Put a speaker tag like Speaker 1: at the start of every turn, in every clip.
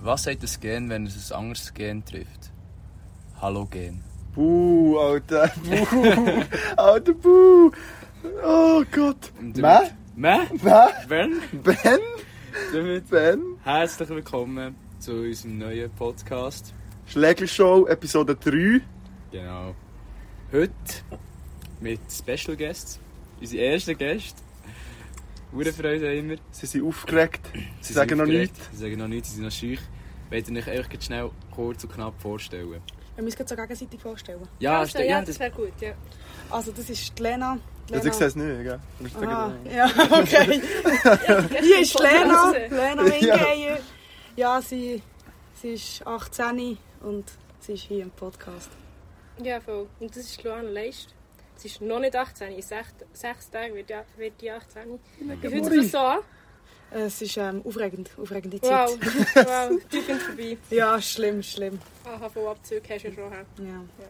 Speaker 1: Was sagt das Gen, wenn es ein anderes Gen trifft? Halogen.
Speaker 2: Buh, Alter. Buh. Alter, buh. Oh Gott.
Speaker 1: Und
Speaker 2: Mä?
Speaker 1: damit- Mä?
Speaker 2: Mä?
Speaker 1: Ben?
Speaker 2: Ben?
Speaker 1: Damit
Speaker 2: Ben?
Speaker 1: herzlich willkommen zu unserem neuen Podcast.
Speaker 2: Schlägershow, Episode 3.
Speaker 1: Genau. Heute mit Special Guests. Unsere ersten Gäste. Hure Freude immer.
Speaker 2: Sie sind aufgeregt. Sie
Speaker 1: sind
Speaker 2: sagen noch
Speaker 1: aufgeregt,
Speaker 2: nichts.
Speaker 1: Sie sagen noch nichts, sie sind noch schüch. Wollt ihr euch euch gerade schnell kurz und knapp vorstellen?
Speaker 3: Wir müssen uns so gegenseitig vorstellen.
Speaker 1: Ja,
Speaker 4: ja, ja, das wäre gut, ja.
Speaker 3: Also das ist die Lena.
Speaker 2: Also ich sehe es nicht, gell? eh, Du musst sagen,
Speaker 3: Aha,
Speaker 2: nein.
Speaker 3: ja, okay. Hier ist Lena, Lena
Speaker 2: Ja.
Speaker 3: Wingeier. Ja, sie, sie ist 18 und sie ist hier im Podcast.
Speaker 4: Ja, voll. Und das ist Luana Leist. Sie ist noch nicht 18. In sech, sechs Tagen wird, ja, wird die 18. Wie fühlt sich das so an?
Speaker 3: Es ist ähm, aufregend, aufregende Zeit.
Speaker 4: Wow, wow, die sind vorbei.
Speaker 3: Ja, schlimm, schlimm.
Speaker 4: Aha, von Abzug hast du ja schon. hä?
Speaker 3: Ja.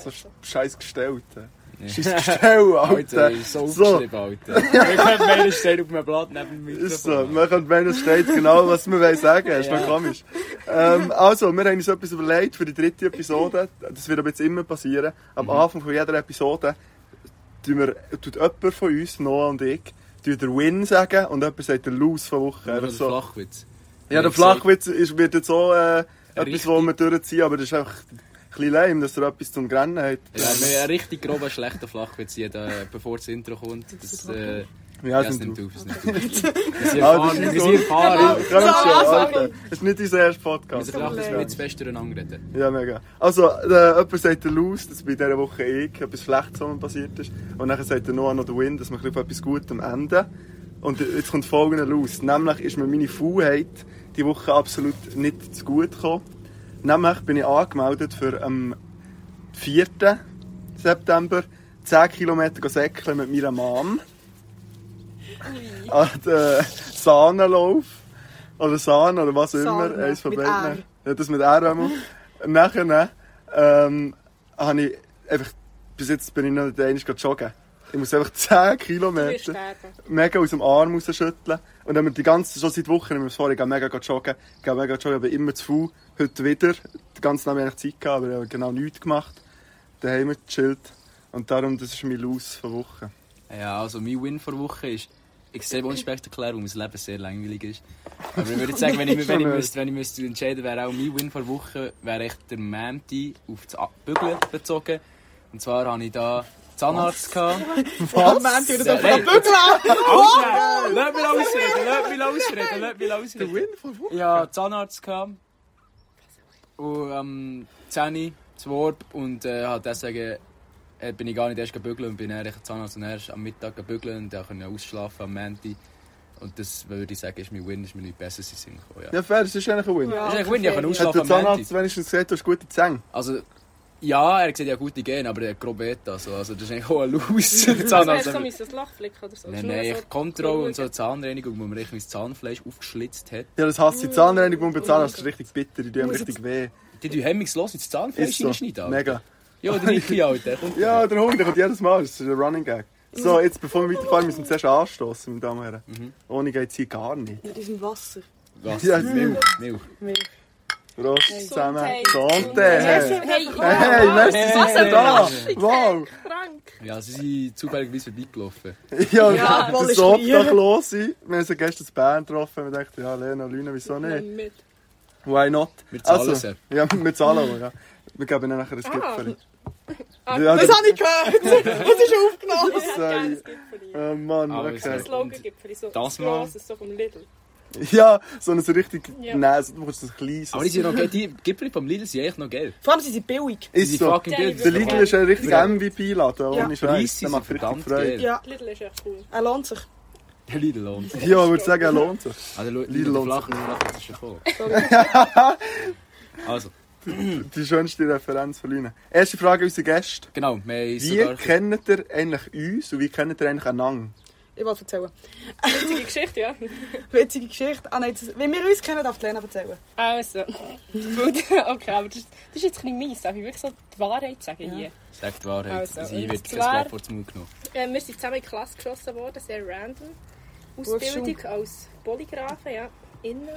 Speaker 2: So scheiß gestellt.
Speaker 1: Ja.
Speaker 2: Scheiß gestellt,
Speaker 1: Alter,
Speaker 2: Alter.
Speaker 1: ist so
Speaker 2: So.
Speaker 1: aufgeschrieben, Alter. Wir können meinen steht auf einem Blatt neben mir.
Speaker 2: Ist so. Man könnte meinen, es steht genau, was wir wollen sagen. Ist
Speaker 1: Ja.
Speaker 2: noch komisch. Ähm, also, wir haben uns etwas überlegt für die dritte Episode. Das wird aber jetzt immer passieren.
Speaker 1: Mhm.
Speaker 2: Am Anfang von jeder Episode tun wir, tut jemand von uns, Noah und ich, tun den Win sagen und jemand sagt den Lose von Woche.
Speaker 1: Oder
Speaker 2: Einfach
Speaker 1: so.
Speaker 2: so.
Speaker 1: Flachwitz.
Speaker 2: Ja, der Flachwitz ist, wird jetzt so äh, etwas,
Speaker 1: Richtig.
Speaker 2: wo wir durchziehen, aber das ist einfach ein bisschen lame, dass er etwas zum Grennen hat.
Speaker 1: Ja, wir haben einen richtig groben, schlechten Flachwitz, jeder, bevor das Intro kommt. Das, äh,
Speaker 2: Wie
Speaker 1: ja,
Speaker 2: heisst
Speaker 1: es
Speaker 2: denn
Speaker 1: nimmt
Speaker 2: du?
Speaker 1: auf, es nimmt auf. Wir sind
Speaker 2: Ah, das
Speaker 1: erfahren,
Speaker 2: ist
Speaker 1: wir sind
Speaker 2: so.
Speaker 1: erfahren.
Speaker 2: Komm schon,
Speaker 3: Anfang.
Speaker 2: Alter. Das ist nicht unser erster
Speaker 1: Wir
Speaker 2: Podcast.
Speaker 1: sind lachen, dass wir
Speaker 2: Ja.
Speaker 1: nicht zu fest durcheinander reden.
Speaker 2: Ja, mega. Also, äh, jemand sagt der Luz, dass bei dieser Woche ich etwas Schlechtes zusammen passiert ist. Und dann sagt der Noah noch der Win, dass wir ein bisschen auf etwas Gutem enden. Und jetzt kommt folgender Luz. Nämlich ist mir meine Faulheit die Woche absolut nicht zu gut gekommen. Nämlich bin ich angemeldet für am 4. September 10 Kilometer säckeln mit meiner Mom. An den Sahnenlauf. Oder Sahne, oder was
Speaker 3: Sahne,
Speaker 2: immer. Eins von
Speaker 3: mit R.
Speaker 2: beiden. Ja, das mit R einmal. Nachher ähm, habe ich einfach, bis jetzt bin ich noch nicht einmal joggen. Ich muss einfach 10
Speaker 4: Du wirst
Speaker 2: Kilometer
Speaker 4: sterben.
Speaker 2: mega aus dem Arm rausschütteln. Und dann haben wir die ganze, schon seit Wochen, haben wir vorher, ich gehe mega joggen, ich gehe mega joggen, aber immer zu faul. Heute wieder. Die ganze Nacht habe ich eigentlich Zeit gehabt, aber ich habe genau nichts gemacht. Dann haben wir gechillt. Und darum, das ist mein Los von Wochen.
Speaker 1: Ja, also mein Win vor Woche ist extrem unspektakulär, weil mein Leben sehr langweilig ist. Aber ich würde sagen, wenn ich, mir- wenn ich,
Speaker 2: Nein.
Speaker 1: müsste, wenn ich müsste entscheiden, wäre auch mein Win vor Woche, wäre echt der Manti auf das Bügeln bezogen. Und zwar hatte ich da Zahnarzt. Gehabt.
Speaker 2: Was?
Speaker 1: Nein,
Speaker 4: Oh,
Speaker 1: Ausreden! Lass mich ausreden, lass mich ausreden, lass mich ausreden.
Speaker 2: Win von Wochen?
Speaker 1: Ja, Zahnarzt kam. Und ähm, Zähne, Zwarb und äh, halt deswegen äh, bin ich gar nicht erst gebügelt und bin dann echt Zahnarzt und erst am Mittag gebügelt und dann konnte ich ausschlafen am Menti. Und das würde ich sagen, ist mein Win, ist mir nicht besser in den Sinn gekommen. Ja.
Speaker 2: Ja, fair, das ist eigentlich ein Win.
Speaker 3: Ja.
Speaker 1: Das ist eigentlich Win, ich kann
Speaker 2: Hat der
Speaker 1: ausschlafen am
Speaker 2: Zahnarzt
Speaker 1: Menti.
Speaker 2: wenigstens gesagt, du hast gute Zähne?
Speaker 1: Also, ja, er sieht ja gute Gene, aber er hat grob Beta, so. also das ist eigentlich auch ein Laus.
Speaker 4: Das
Speaker 1: Zahnarzt.
Speaker 4: wäre so müssen, ein Lachflick oder so.
Speaker 1: also Nein,
Speaker 4: Ist nur
Speaker 1: nein,
Speaker 4: so-
Speaker 1: ich Kontrolle und so eine Zahnreinigung, wo man richtig mein Zahnfleisch aufgeschlitzt hat.
Speaker 2: Ja, das hasse ich. Zahnreinigung und Zahnarzt ist richtig bitter, die tun richtig weh.
Speaker 1: Die tun hemmungslos ins
Speaker 2: Ist
Speaker 1: Zahnfleisch
Speaker 2: so.
Speaker 1: reinschneiden. Alter.
Speaker 2: Mega.
Speaker 1: Ja, der Ricky, Alter. Kommt
Speaker 2: Ja, der Hund, der kommt jedes Mal, das ist ein Running Gag. So,
Speaker 4: Mhm.
Speaker 2: jetzt bevor wir weiterfahren, müssen wir zuerst anstoßen, meine Damen und Herren.
Speaker 1: Mhm.
Speaker 2: Ohne geht es hier gar nicht.
Speaker 3: Mit diesem Wasser.
Speaker 1: Was?
Speaker 2: Ja.
Speaker 1: Milch, Milch.
Speaker 3: Milch.
Speaker 2: Prost zusammen.
Speaker 4: Hey.
Speaker 2: Sante!
Speaker 4: Hey,
Speaker 2: Hey, merci,
Speaker 1: Hey.
Speaker 2: sind wir da! Wow!
Speaker 4: krank.
Speaker 1: Ja, also sie sind zufälligerweise vorbeigelaufen.
Speaker 2: Ja,
Speaker 3: Ja,
Speaker 2: ja
Speaker 3: voll
Speaker 2: das
Speaker 3: ist
Speaker 2: sollte
Speaker 3: hier.
Speaker 2: doch los sein. Wir haben sie gestern in Bern getroffen und wir dachten, ja, Lena, Lina, wieso nicht?
Speaker 4: Nimm mit.
Speaker 2: Why not? Also,
Speaker 1: Wir zahlen sie.
Speaker 2: Ja, wir zahlen aber, ja. Wir geben ihnen nachher ein Gipfel.
Speaker 4: Ah,
Speaker 2: Ja,
Speaker 3: Das
Speaker 2: der-
Speaker 3: habe ich gehört! Das ist aufgenommen!
Speaker 4: Das hat
Speaker 2: sorry.
Speaker 4: geiles Gipfeli.
Speaker 2: Oh Mann,
Speaker 1: Aber es
Speaker 2: okay.
Speaker 1: ist-
Speaker 4: Slogan-Gipfeli, so
Speaker 1: Das
Speaker 4: das
Speaker 1: mal.
Speaker 4: grosses, so vom Lidl.
Speaker 2: Ja, so ein so richtig.
Speaker 4: Ja.
Speaker 2: Nein, so- du brauchst ein kleines.
Speaker 1: Aber die sind noch geil. Die Gipfel vom Lidl sind echt noch geil.
Speaker 3: Vor allem sind sie billig.
Speaker 1: Die
Speaker 2: Ist
Speaker 1: sind
Speaker 2: so.
Speaker 1: fucking
Speaker 4: Ja,
Speaker 1: geil.
Speaker 4: ich
Speaker 2: Der Lidl ist ein richtiger MVP-Laden,
Speaker 3: Ja.
Speaker 2: ohne
Speaker 1: Preis
Speaker 2: Scheiß. Der
Speaker 1: sind
Speaker 2: macht richtig
Speaker 1: verdammt
Speaker 2: Freude.
Speaker 1: geil.
Speaker 3: Ja,
Speaker 4: Lidl ist echt cool.
Speaker 3: er lohnt sich.
Speaker 1: Der Lidl lohnt.
Speaker 2: Ja, ich würde sagen, er lohnt sich.
Speaker 1: Also, Lidl
Speaker 2: Lidl
Speaker 1: der
Speaker 2: lohnt
Speaker 1: Flache, der Flache ist schon voll. Also,
Speaker 2: Die schönste Referenz von Ihnen. Erste Frage an unsere Gäste.
Speaker 1: genau. Wir haben
Speaker 2: Wie
Speaker 1: sogar...
Speaker 2: kennt ihr eigentlich uns und wie kennt ihr eigentlich einander?
Speaker 3: Ich wollte erzählen.
Speaker 4: Witzige Geschichte, ja.
Speaker 3: Witzige Geschichte. Ah, nein, das, wenn wir uns kennen, darf die Lena erzählen.
Speaker 4: Also, gut, okay, aber das, das ist jetzt ein bisschen mies, darf ich wirklich so die Wahrheit sagen
Speaker 3: Ja.
Speaker 4: hier?
Speaker 1: Sag die Wahrheit.
Speaker 4: Also,
Speaker 1: sie wird
Speaker 4: und
Speaker 1: kein
Speaker 4: zwar-
Speaker 1: Blatt vor den Mund genommen.
Speaker 4: Äh, wir sind zusammen in die Klasse geschossen worden, sehr random. Ausbildung als Polygraphen, ja, innen.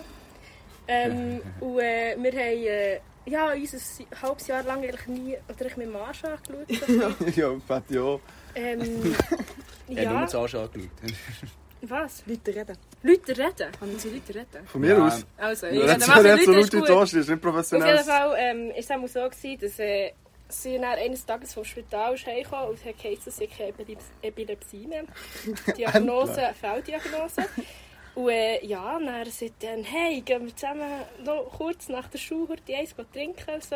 Speaker 4: Ähm, und äh, wir haben äh, ja, uns ein halbes Jahr lang eigentlich nie oder ich mit dem Arsch angeschaut. so ein bisschen.
Speaker 2: ja, fett ja.
Speaker 4: ähm,
Speaker 1: Ich habe nur
Speaker 4: ja,
Speaker 1: zu Arsch angeschaut.
Speaker 4: was?
Speaker 3: Leute reden.
Speaker 4: Leute reden?
Speaker 3: Kann ich zu Leuten reden?
Speaker 2: Von mir
Speaker 1: Ja.
Speaker 2: aus.
Speaker 4: Also,
Speaker 2: Ja,
Speaker 4: ja,
Speaker 2: das
Speaker 4: dann
Speaker 2: ist
Speaker 4: machen
Speaker 2: nicht so
Speaker 4: Leute,
Speaker 2: laut
Speaker 4: ist
Speaker 2: wie
Speaker 4: gut.
Speaker 2: du
Speaker 4: Auf
Speaker 2: hast, das ist nicht professionell.
Speaker 4: jeden Fall ähm, ist es auch so, gewesen, dass äh, sie dann eines Tages vom Spital ist heimgekommen und hat geheißen, sie hat keine Epileps- Epilepsie mehr. Diagnose, Fehldiagnose. Und äh, ja, und dann sagt dann, hey, gehen wir zusammen noch kurz nach der Schule heute Eis gehen trinken. So.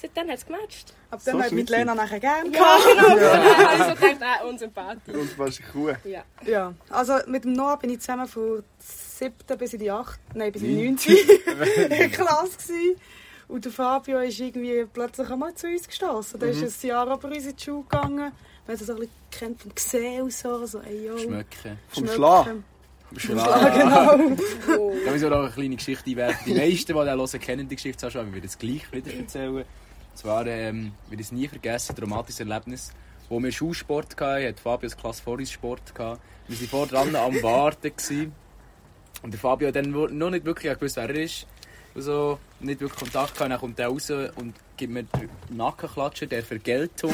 Speaker 4: Seitdem hat es gematcht.
Speaker 3: Ab
Speaker 2: So
Speaker 3: dem hat halt mit
Speaker 2: schlimm.
Speaker 3: Lena nachher gern
Speaker 4: Ja, genau. Ja. Ich so gedacht, ah, unsympathisch.
Speaker 2: Und du warst eine Kuh.
Speaker 4: Ja.
Speaker 3: Ja, also mit dem Noah bin ich zusammen von 7. bis in die 8. Nein, bis in die
Speaker 1: Neun.
Speaker 3: 9. in der Klasse. Gewesen. Und der Fabio ist irgendwie plötzlich einmal zu uns gestossen.
Speaker 2: Mhm.
Speaker 3: Der ist ein Jahr über uns in die Schule gegangen. Wir haben ihn so ein bisschen kennt vom Gesehen und so. so ey, yo.
Speaker 1: Schmöcken.
Speaker 2: Vom
Speaker 3: Schmöcken.
Speaker 2: Schlag.
Speaker 1: Schlag.
Speaker 3: Genau.
Speaker 4: Wow.
Speaker 1: Da müssen wir noch eine kleine Geschichte einwerfen. Die meisten, die den hören, kennen die Geschichte auch schon, aber wir werden es gleich wieder erzählen. Und zwar ähm, wird es nie vergessen, ein traumatisches Erlebnis. Wo wir Schulsport hatten, hat Fabios Klasse vor uns Sport gehabt. Wir waren vor dran am Warten. Gewesen. Und der Fabio hat dann wo- noch nicht wirklich gewusst, wer er ist. Und so nicht wirklich Kontakt gehabt. Dann kommt er raus und gibt mir den Nackenklatscher der Vergeltung.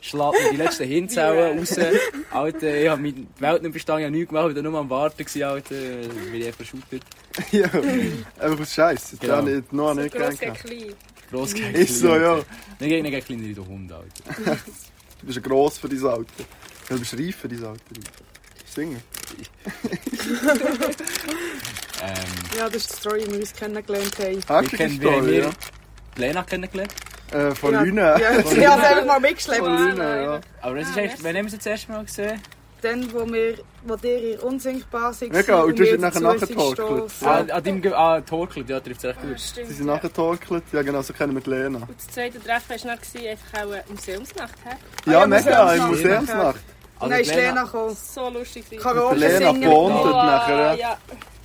Speaker 1: Schlägt mir die letzten Hinzellen raus. Alter, ich habe meine Welt nicht verstanden, ich habe nichts gemacht, ich war nur am Warten. gewesen, Alter, Ich bin ich verschüttet.
Speaker 2: Ja. Einfach aus Scheiß. Das
Speaker 1: Genau.
Speaker 2: habe ich noch
Speaker 4: So
Speaker 2: Ah, nicht
Speaker 4: gross
Speaker 2: gern
Speaker 4: gegen
Speaker 2: gehabt.
Speaker 4: klein.
Speaker 1: Gross gegen
Speaker 2: Ist so, ja.
Speaker 1: Dann gegen einen kleineren Hund, Alter.
Speaker 2: Du bist gross für dein Alter. Ja, Du bist reif für dein Alter. Singen.
Speaker 1: Ähm,
Speaker 3: Ja, das ist die Story, wie wir uns kennengelernt haben.
Speaker 1: wir
Speaker 2: Hast du
Speaker 1: kennen
Speaker 2: die
Speaker 1: wir haben
Speaker 2: Story,
Speaker 1: wir
Speaker 2: ja?
Speaker 1: Lena kennengelernt.
Speaker 2: Äh, Von
Speaker 3: Ja.
Speaker 2: Lüne.
Speaker 3: Genau. Ja, sie hat es einfach mal mitgeschleppt.
Speaker 2: Von Lüne, ja.
Speaker 1: Aber es ist
Speaker 4: Ah,
Speaker 1: echt,
Speaker 4: merci.
Speaker 1: wann haben wir sie das erste Mal gesehen?
Speaker 3: Dann, wo wir, wo ihr ihr unsinkbar seid.
Speaker 2: Mega, und du hast
Speaker 3: wir
Speaker 2: ihn nachher
Speaker 3: zu uns
Speaker 2: nachgetorkelt.
Speaker 3: gestossen.
Speaker 2: Ja.
Speaker 1: Ah, an deinem Ge ah, Torclub, ja, trifft es recht
Speaker 4: Ah,
Speaker 1: gut.
Speaker 4: stimmt,
Speaker 2: Sie sind
Speaker 4: ja.
Speaker 2: nachgetorkelt. Ja, genau, so kennen wir die
Speaker 3: Ah,
Speaker 2: Lena.
Speaker 4: Und das zweite Treffen war dann gewesen, einfach auch eine Museumsnacht. hä?
Speaker 2: Ja,
Speaker 3: ja,
Speaker 2: mega, im
Speaker 3: Museumsnacht.
Speaker 2: Museumsnacht.
Speaker 1: Also
Speaker 3: Nein,
Speaker 1: die
Speaker 3: ist Lena gekommen.
Speaker 4: Das war so lustig. gewesen.
Speaker 3: Karaoke
Speaker 2: Lena Bond.
Speaker 3: singen. mit
Speaker 2: Bonded
Speaker 3: Noah.
Speaker 2: nachher,
Speaker 4: Ja,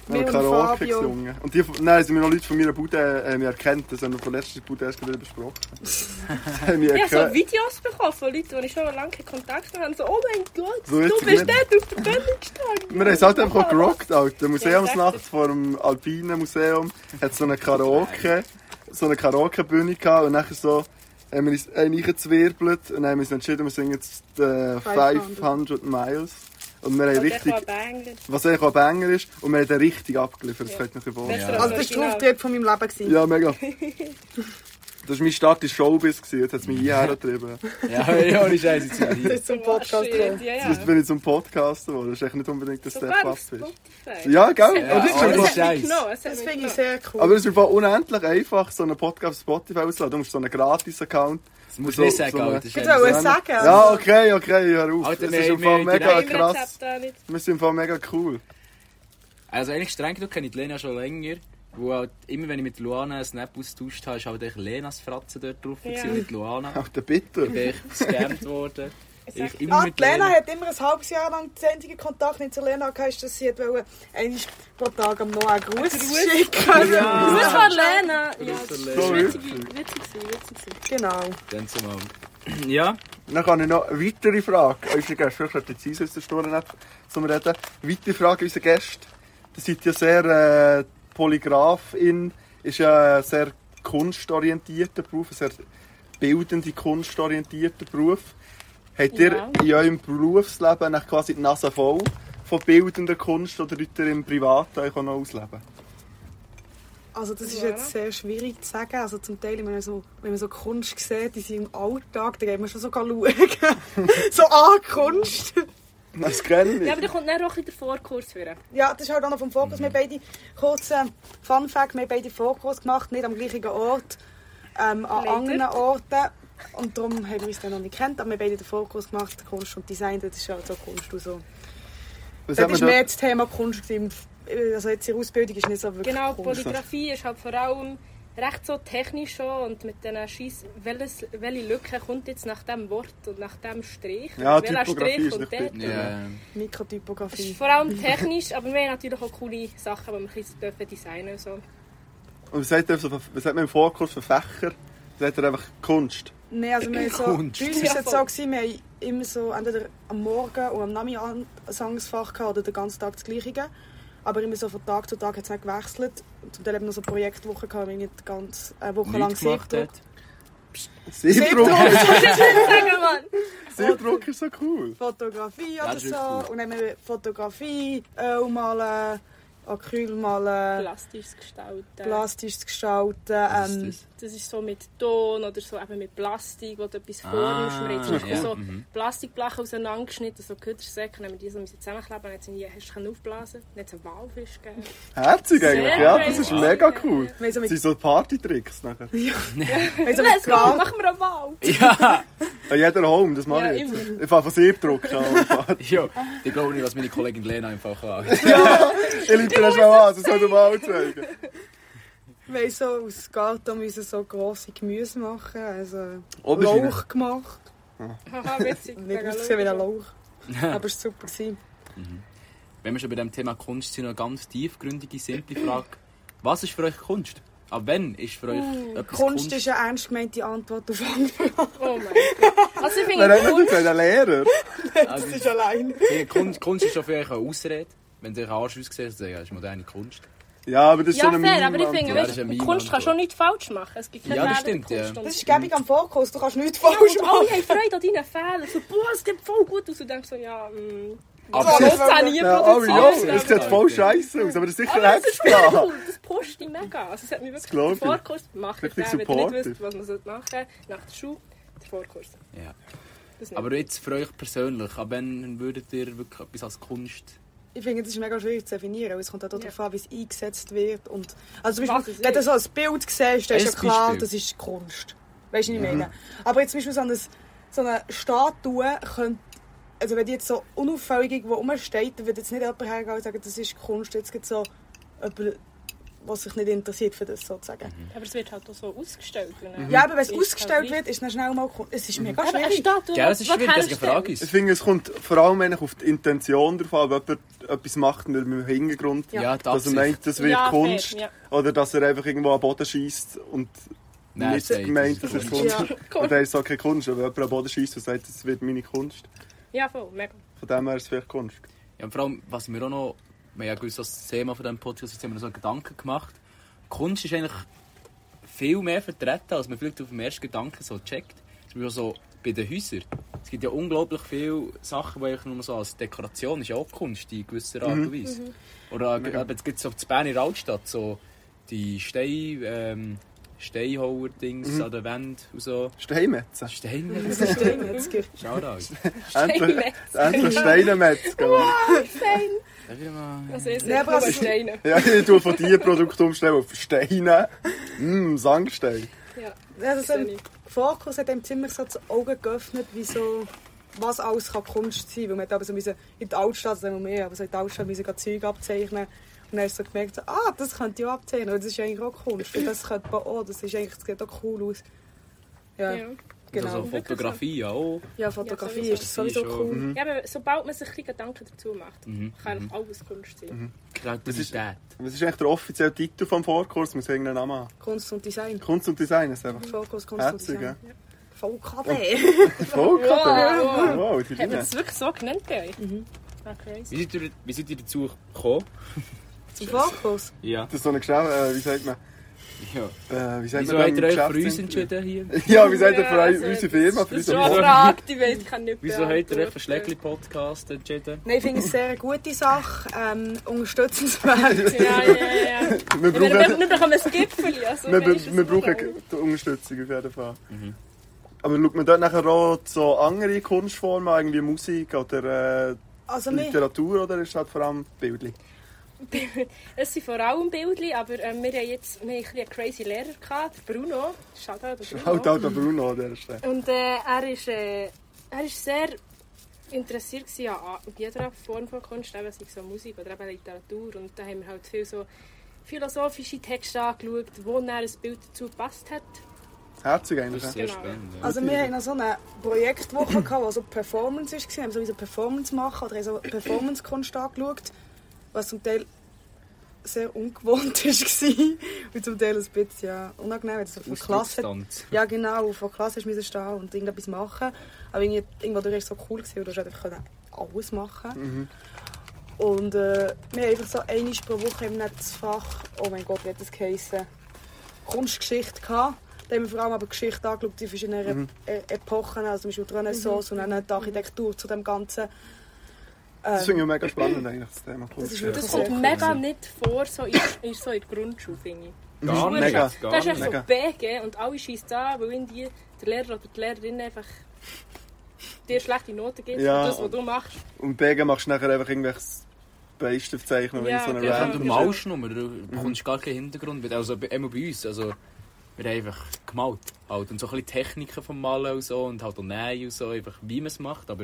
Speaker 2: Wir
Speaker 3: Wir
Speaker 2: haben
Speaker 3: und
Speaker 2: Karaoke
Speaker 3: Fabio.
Speaker 2: gesungen. Und die, nein, sind mir noch Leute von meiner Bude äh, haben mich erkannt. Das haben wir von letzter Bude erst wieder besprochen. Das haben mich
Speaker 4: ich habe so
Speaker 2: erkannt.
Speaker 4: Videos bekommen von Leuten, die ich schon lange keinen Kontakt mehr hatte. So, oh mein Gott,
Speaker 2: So jetzt
Speaker 4: du bist
Speaker 2: gemein.
Speaker 4: dort auf der Bühne gestanden.
Speaker 2: Wir haben es halt einfach auch gerockt, Alter.
Speaker 4: Ja,
Speaker 2: Museumsnacht
Speaker 4: das
Speaker 2: vor dem Alpinen Museum hat so eine Karaoke, so eine Karaoke-Bühne gehabt und nachher so haben wir uns einen reingezwirbelt und dann haben wir uns entschieden, wir singen jetzt äh,
Speaker 3: 500.
Speaker 2: 500 Miles. Und wir haben
Speaker 4: Und
Speaker 2: richtig,
Speaker 4: Ich war Banger.
Speaker 2: was eigentlich auch ein Banger ist, und wir haben den richtig abgeliefert. Das
Speaker 4: Ja.
Speaker 2: könnte ich mir vorstellen.
Speaker 4: Besser
Speaker 1: Ja.
Speaker 3: Also, das war der Auftritt von meinem Leben. gewesen.
Speaker 2: Ja, mega. Das war mein Start in Showbiz, gewesen. jetzt hat es mich hierher getrieben.
Speaker 1: Ja, ja, ohne Scheiße, jetzt sind wir
Speaker 3: Das
Speaker 1: hier.
Speaker 3: ist zum Podcast
Speaker 4: Ja,
Speaker 3: gekommen.
Speaker 4: ja.
Speaker 2: Jetzt bin ich zum Podcast geworden. Das ist echt nicht unbedingt der
Speaker 4: Sogar
Speaker 2: Step-Up.
Speaker 4: auf Spotify.
Speaker 2: Ja, gell?
Speaker 4: Ja,
Speaker 2: Aber das ist
Speaker 1: aber
Speaker 2: schon
Speaker 1: das ist
Speaker 2: mal-
Speaker 4: hat mich
Speaker 1: Scheiss.
Speaker 4: genommen, das
Speaker 3: Das
Speaker 4: hat mich
Speaker 3: finde ich
Speaker 4: genommen.
Speaker 3: sehr cool.
Speaker 2: aber es ist einfach unendlich einfach, so einen Podcast auf Spotify auszuladen. Du musst so einen Gratis-Account.
Speaker 1: Das muss
Speaker 2: So-
Speaker 1: nicht sagen,
Speaker 2: so
Speaker 1: Alter.
Speaker 2: eine-
Speaker 1: das ist
Speaker 3: Ich
Speaker 4: Genau,
Speaker 1: einfach
Speaker 3: wollte
Speaker 1: so-
Speaker 3: es sagen.
Speaker 2: Ja, okay, okay, hör auf.
Speaker 1: Alter,
Speaker 2: das
Speaker 1: wir
Speaker 2: ist im
Speaker 1: haben- wir
Speaker 2: Fall
Speaker 1: haben
Speaker 2: mega
Speaker 1: direkt-
Speaker 2: krass.
Speaker 4: Rezept auch nicht.
Speaker 2: Wir sind im Fall mega cool.
Speaker 1: Also eigentlich streng genug kenne ich die Lena schon länger. Wo halt, immer wenn ich mit Luana einen Snap austauscht habe, ist halt echt Lenas Fratze dort drauf.
Speaker 4: Ja.
Speaker 1: Ja. Mit Luana.
Speaker 2: Alter, bitte.
Speaker 1: Ich bin echt gescammt worden. Ich immer
Speaker 3: Ah,
Speaker 1: mit
Speaker 3: die Lena hat immer ein halbes Jahr lang den einzigen Kontakt nicht zu Lena gehabt, dass sie wollte einmal pro Tag am Noah einen Gruß
Speaker 4: Gruß.
Speaker 3: schicken.
Speaker 4: Du bist von Lena. Ja,
Speaker 1: Grüß
Speaker 4: das
Speaker 1: von
Speaker 4: ist
Speaker 1: Lena.
Speaker 4: witzig, witzig, witzig. witzig.
Speaker 3: Genau.
Speaker 1: Dann zumal. Ja,
Speaker 2: Dann habe ich noch eine weitere Frage. Unsere Gäste, ich könnte jetzt eins aus der Stunde nicht zum Reden. Weitere Frage an unsere Gäste. Ihr seid ja sehr äh, Polygraphin, ist ja ein sehr kunstorientierter Beruf, ein sehr bildende, kunstorientierter Beruf. Habt ihr
Speaker 4: Ja.
Speaker 2: in eurem Berufsleben eigentlich quasi die Nase voll von bildender Kunst oder wollt ihr im Privaten euch auch noch ausleben?
Speaker 3: Also das ist
Speaker 4: Ja.
Speaker 3: jetzt sehr schwierig zu sagen. Also zum Teil, wenn man so, wenn man so Kunst sieht, die sie im Alltag, dann geht man schon so schauen. so an Kunst.
Speaker 2: Das kenne ich.
Speaker 4: Ja, aber da kommt dann auch ein bisschen der Vorkurs für.
Speaker 3: Ja, das ist halt auch noch vom Fokus. Wir haben beide, kurz ähm, Fun Fact, wir haben beide Fokus gemacht, nicht am gleichen Ort, ähm, an
Speaker 4: Leider.
Speaker 3: anderen Orten. Und darum haben wir uns dann noch nicht kennt, aber wir haben beide den Fokus gemacht, Kunst und Design, das ist halt so Kunst und so.
Speaker 2: Was
Speaker 3: Das
Speaker 2: hat man
Speaker 3: ist
Speaker 2: da-
Speaker 3: mehr das Thema Kunst gewesen. Also jetzt ihre Ausbildung ist nicht so wirklich
Speaker 4: Genau, die
Speaker 3: Kunst.
Speaker 4: Polygraphie ist halt vor allem recht so technisch schon und mit diesen Scheiss, welches, welche Lücke kommt jetzt nach dem Wort und nach dem Strich?
Speaker 2: Ja,
Speaker 4: Und welcher
Speaker 2: Typografie
Speaker 4: Strich
Speaker 2: ist
Speaker 4: kommt
Speaker 2: nicht
Speaker 4: dort?
Speaker 2: gut.
Speaker 1: ja.
Speaker 4: Es ist
Speaker 3: Mikrotypografie.
Speaker 4: vor allem technisch, aber wir haben natürlich auch coole Sachen, die wir ein bisschen dürfen designen und so.
Speaker 2: Und was hat, ihr so, für- was hat man im Vorkurs für Fächer? Was hat ihr einfach Kunst?
Speaker 3: Nein, also wir haben so,
Speaker 1: Kunst.
Speaker 3: bei uns war es so, gewesen, wir haben immer so entweder am Morgen und am Nachmittag ein Sangsfach gehabt oder den ganzen Tag das Gleiche. Aber immer so von Tag zu Tag hat es auch gewechselt. Und Zum Teil eben noch so Projektwochen gehabt, wo ich nicht ganz eine Woche lang Siebdruck.
Speaker 2: Siebdruck!
Speaker 4: Sagen, Mann!
Speaker 2: Siebdruck ist so cool.
Speaker 3: Fotografie
Speaker 1: Ja,
Speaker 3: oder
Speaker 1: das ist
Speaker 3: so.
Speaker 1: cool.
Speaker 3: Und dann haben wir Fotografie, Oh, Öl malen, Acryl malen,
Speaker 4: Plastisches Gestalten.
Speaker 3: plastisches Gestalten.
Speaker 1: Was
Speaker 3: Ähm,
Speaker 1: ist
Speaker 4: das ist so mit Ton oder so eben mit Plastik, wo du etwas
Speaker 1: Ah,
Speaker 4: vornimmst. Wir haben zum Beispiel
Speaker 1: ja,
Speaker 4: so
Speaker 1: mhm.
Speaker 4: Plastikbleche auseinandergeschnitten, so Küttersäcke, haben wir die so müssen zusammenkleben und jetzt sind die, hast du aufblasen können. Dann hat es einen Walfisch gegeben.
Speaker 2: Herzig eigentlich,
Speaker 4: Sehr
Speaker 2: ja, das ist
Speaker 4: crazy.
Speaker 2: mega cool.
Speaker 3: wir haben so
Speaker 2: Das
Speaker 3: mit,
Speaker 2: sind so Partytricks nachher.
Speaker 3: wir haben so mit
Speaker 4: Let's go,
Speaker 3: Garten,
Speaker 4: machen wir einen Wal!
Speaker 1: das? Ja!
Speaker 2: An jeder Home, das mache ich
Speaker 4: Ja,
Speaker 2: jetzt. Ich fange von Siebdruck an.
Speaker 1: Jo, ich glaube nicht, was meine Kollegin Lena einfach kann.
Speaker 2: Ich leite das schnell an, das soll ich mal zeigen.
Speaker 3: wir haben so aus Garten müssen so grosse Gemüse machen. Also
Speaker 2: Aubergine.
Speaker 3: Lauch gemacht.
Speaker 4: Haha, witzig.
Speaker 3: Nicht
Speaker 4: Mega
Speaker 3: ausgesehen wie ein
Speaker 4: lustig.
Speaker 3: Lauch. Aber es war super. gewesen.
Speaker 1: Wenn wir schon bei dem Thema Kunst sind, noch eine ganz tiefgründige, simple Frage. Was ist für euch Kunst? Ab wann ist für euch etwas Kunst?
Speaker 3: Uh, Kunst ist eine ernst gemeinte Antwort auf andere.
Speaker 4: Oh mein Gott. Also ich
Speaker 2: Wer hat
Speaker 4: finde
Speaker 2: das
Speaker 4: Kunst,
Speaker 2: gesagt? Ein Lehrer?
Speaker 1: Also,
Speaker 3: Das ist allein.
Speaker 1: hey, Kunst, Kunst ist schon für euch eine Ausrede. Wenn du einen Arsch aussiehst, dann ja, das ist moderne Kunst.
Speaker 2: Ja, aber das ist
Speaker 4: ja
Speaker 2: schon
Speaker 4: fair,
Speaker 2: ein
Speaker 4: aber ich finde,
Speaker 1: Ja,
Speaker 4: weißt,
Speaker 1: das ist eine
Speaker 4: du, Kunst kann
Speaker 1: Meme-Antwort.
Speaker 4: schon nichts falsch machen. Es gibt keine
Speaker 1: Ja, das
Speaker 4: Fehler in
Speaker 1: stimmt,
Speaker 4: Kunst
Speaker 1: ja.
Speaker 4: und-
Speaker 3: Das ist gäbig am Fokus, du kannst nichts falsch
Speaker 4: Und
Speaker 3: machen.
Speaker 4: alle haben Freude an deinen Fehlern. So, boah, es sieht voll gut aus. Und du denkst so, ja, mh,
Speaker 1: Aber-
Speaker 4: das habe ich nie
Speaker 2: Ja, oh
Speaker 4: produziert.
Speaker 2: ja,
Speaker 1: Absolut.
Speaker 2: es sieht voll scheiße aus, aber das ist sicher
Speaker 4: das ist mega
Speaker 2: extra.
Speaker 4: cool. Das pusht dich mega. Also, es hat mich
Speaker 2: Das glaub ich.
Speaker 4: wirklich den Vorkurs gemacht.
Speaker 2: Richtig
Speaker 4: Wenn ihr nicht
Speaker 2: supportive.
Speaker 4: wisst, was man sollte machen sollte, nach der Schule, der Vorkurs.
Speaker 1: Ja.
Speaker 4: Das
Speaker 1: Aber jetzt für euch persönlich, ab wann würdet ihr wirklich etwas als Kunst...
Speaker 3: Ich finde, das ist mega schwierig zu definieren, weil es kommt auch darauf an, wie es eingesetzt wird. Und, also zum
Speaker 4: Was
Speaker 3: Beispiel,
Speaker 4: es
Speaker 3: wenn du
Speaker 4: ist.
Speaker 3: so ein Bild siehst, dann ist
Speaker 1: Ein
Speaker 3: ja klar,
Speaker 1: Beispiel. Mhm.
Speaker 3: das ist Kunst. Weißt du, was ich meine? Aber jetzt zum Beispiel so eine, so eine Statue könnte, also wenn die jetzt so unauffällig irgendwo rumsteht, dann würde jetzt nicht jemand hergehen und sagen, das ist Kunst. Jetzt gibt es so jemanden, der sich nicht interessiert für das sozusagen.
Speaker 4: Aber es wird halt auch so ausgestellt.
Speaker 3: Ja, aber wenn
Speaker 4: halt
Speaker 3: es ausgestellt wird, ist dann schnell mal Kunst. Es ist mega
Speaker 4: Aber eine
Speaker 3: schwierig.
Speaker 4: Statue,
Speaker 1: Ja, das ist
Speaker 4: was
Speaker 1: schwierig, das ist eine Frage.
Speaker 4: herstellt.
Speaker 2: Ich
Speaker 1: ist.
Speaker 2: finde, es kommt vor allem eigentlich auf die Intention drauf an, ob jemand etwas macht mit dem Hintergrund.
Speaker 3: Ja.
Speaker 1: Ja,
Speaker 2: Dass er
Speaker 1: tatsächlich.
Speaker 2: Also meint, das wird
Speaker 4: Ja, fair,
Speaker 2: Kunst.
Speaker 4: ja.
Speaker 2: Oder dass er einfach irgendwo am Boden schießt und
Speaker 1: Nein,
Speaker 2: nicht
Speaker 1: sagt,
Speaker 2: meint,
Speaker 1: das ist
Speaker 2: dass es
Speaker 1: Kunst.
Speaker 2: Kunst ist.
Speaker 3: Ja.
Speaker 2: Und er ist auch keine Kunst. Aber jemand am Boden schießt und sagt, das wird meine Kunst.
Speaker 4: Ja, voll, mega.
Speaker 2: Von dem her ist es vielleicht Kunst.
Speaker 1: Ja, und vor allem, was mir auch noch, wir haben ja gewusst, das Thema von diesem Podcast, jetzt haben wir noch so einen Gedanken gemacht. Kunst ist eigentlich viel mehr vertreten, als man vielleicht auf den ersten Gedanken so checkt. Zum Beispiel so bei den Häusern. Es gibt ja unglaublich viele Sachen, die eigentlich nur so als Dekoration ist ja auch Kunst in gewisser Art und Weise. Oder äh,
Speaker 2: Mhm. Mega.
Speaker 1: eben, jetzt gibt es auf der Berner Altstadt so die Stein, ähm, Steinhauer-Dings
Speaker 2: Mhm.
Speaker 1: an der Wand und so.
Speaker 2: Steinmetzen.
Speaker 1: Stein?
Speaker 3: Das ist drin, jetzt gibt-
Speaker 1: Schau da.
Speaker 2: Endlich, endlich
Speaker 4: Genau.
Speaker 2: Steinmetzen. genau.
Speaker 4: Also, jetzt
Speaker 3: Nein, aber
Speaker 4: nur
Speaker 3: es-
Speaker 4: Steine.
Speaker 2: Ja, ich tue von diesem Produkt umstellen auf Steine. Mmm, Sandstein.
Speaker 4: Ja.
Speaker 3: Ja, das
Speaker 4: Sehe
Speaker 3: ähm,
Speaker 4: ich.
Speaker 3: Fokus hat einem ziemlich so die Augen geöffnet, wie so, was alles kann Kunst sein kann. Weil man hat aber so müssen, in der Altstadt, das haben wir mehr, aber so in der Altstadt müssen wir Zeug abzeichnen. Und dann hast du so gemerkt, so, ah, das könnte ich auch abzeichnen, weil das ist eigentlich auch Kunst. Und das könnte man auch, das, ist eigentlich, das sieht auch cool aus. Ja,
Speaker 4: Ja.
Speaker 3: genau.
Speaker 1: Also Fotografie ja auch.
Speaker 3: ja, Fotografie
Speaker 4: Ja,
Speaker 3: ist das sowieso
Speaker 1: sowieso.
Speaker 3: cool.
Speaker 4: Ja, aber sobald man sich ein bisschen Gedanken dazu macht,
Speaker 1: Mhm,
Speaker 4: kann eigentlich alles Kunst sein.
Speaker 2: Mhm.
Speaker 1: Kreativität.
Speaker 2: Was ist eigentlich der offizielle Titel vom Vorkurs? Muss irgendeinen Namen haben.
Speaker 3: Kunst und Design.
Speaker 2: Kunst und Design ist einfach.
Speaker 3: Fokus, Kunst
Speaker 2: Herzig,
Speaker 3: und
Speaker 2: ja.
Speaker 3: Design. Voll KB.
Speaker 2: Voll cool.
Speaker 4: Wow.
Speaker 2: Wow, die
Speaker 4: Hat man
Speaker 2: Linie.
Speaker 4: das wirklich so genannt bei euch? Ah, crazy.
Speaker 1: Wie seid ihr, wie seid ihr dazu gekommen?
Speaker 3: Zum Fokus.
Speaker 1: Ja.
Speaker 2: Das ist so eine Geschäft, äh, wie sagt man,
Speaker 1: ja.
Speaker 2: äh, wie sagt
Speaker 1: Wieso
Speaker 2: man
Speaker 1: habt ihr
Speaker 2: dem
Speaker 1: euch für uns
Speaker 2: Geschäftszentrum?
Speaker 1: entschieden hier?
Speaker 2: Ja, wie sagt ihr
Speaker 4: Ja,
Speaker 2: für
Speaker 4: also,
Speaker 2: unsere Firma, für
Speaker 4: Das ist schon
Speaker 2: unseren
Speaker 4: eine
Speaker 1: Morgen.
Speaker 4: Frage, die weiss, ich kann nicht
Speaker 1: Wieso habt ihr euch für
Speaker 4: beantworten.
Speaker 1: Schlägli-Podcast entschieden?
Speaker 3: Nein, ich finde es eine sehr gute Sache. Ähm, unterstützenswert.
Speaker 4: Ja, ja, ja. ja.
Speaker 2: Wir
Speaker 4: Wir wir-
Speaker 2: brauchen,
Speaker 4: wir bekommen ein Gipfel. Also,
Speaker 2: wir,
Speaker 4: dann ist es
Speaker 2: wir, wir
Speaker 4: so
Speaker 2: brauchen die Unterstützung auf jeden Fall.
Speaker 1: Mhm.
Speaker 2: Aber schaut man dort nachher auch so andere Kunstformen, an, irgendwie Musik oder äh,
Speaker 3: Also, wir,
Speaker 2: Literatur, oder ist das vor allem Bildlich?
Speaker 4: Es sind vor allem Bildchen, aber ähm, wir haben jetzt wir haben ein bisschen einen crazy Lehrer gehabt, der Bruno. Schaut an
Speaker 2: Halt
Speaker 4: Bruno.
Speaker 2: auch der Bruno an dieser Stelle.
Speaker 4: Und äh, er ist äh, er ist sehr interessiert gewesen an an jeder Form von Kunst, eben sei es so Musik oder eben Literatur. Und da haben wir halt viel so philosophische Texte angeschaut, wo dann ein Bild dazu gepasst hat.
Speaker 2: Herzig eigentlich.
Speaker 1: Das ist
Speaker 2: ja.
Speaker 1: sehr
Speaker 4: Genau.
Speaker 1: spannend. Ja.
Speaker 3: Also wir haben noch so eine Projektwoche, gehabt, wo so Performance war. Wir haben sowieso Performance machen oder haben so Performance-Kunst angeschaut, was zum Teil sehr ungewohnt war und zum Teil ein bisschen ja, unangenehm, weil du so von Klasse...
Speaker 1: Ausdruckstanz.
Speaker 3: Ja genau, von Klasse musst du stehen und irgendetwas machen. Aber irgendwie, irgendwo durch war es so cool, gewesen, weil du hast einfach können alles machen Und äh, wir haben einfach so einmal pro Woche im das Fach, oh mein Gott, wie hat das geheissen? Kunstgeschichte gehabt. Da haben wir vor allem aber Geschichte angeschaut, die verschiedenen E- Epochen, also zum Beispiel die Renaissance und dann die Architektur zu dem Ganzen. Ähm,
Speaker 2: Das finde ich mega spannend, eigentlich, das Thema.
Speaker 3: Das ist wirklich
Speaker 4: Das
Speaker 3: so.
Speaker 4: kommt mega nicht vor, so in, in, so in der Grundschule, finde ich.
Speaker 5: Gar nicht.
Speaker 2: Mega.
Speaker 5: Gar
Speaker 4: Das ist echt
Speaker 5: nicht.
Speaker 4: so
Speaker 2: Mega.
Speaker 4: BG und alle schießen an, weil ihnen die, der Lehrer oder die Lehrerin einfach dir schlechte Noten gibt
Speaker 2: Ja.
Speaker 4: für das, was du machst.
Speaker 2: Und Begen machst du nachher einfach irgendwelches Bleistiftzeichen oder
Speaker 4: Ja,
Speaker 2: ja, so eine
Speaker 4: genau.
Speaker 1: Wenn
Speaker 2: random
Speaker 1: du malst nur, du bekommst gar keinen Hintergrund. mit. Also bei- immer bei uns, also wir haben einfach gemalt. Halt. Und so ein bisschen Techniken vom Malen und so und halt auch Nähen und so, einfach wie man es macht. Aber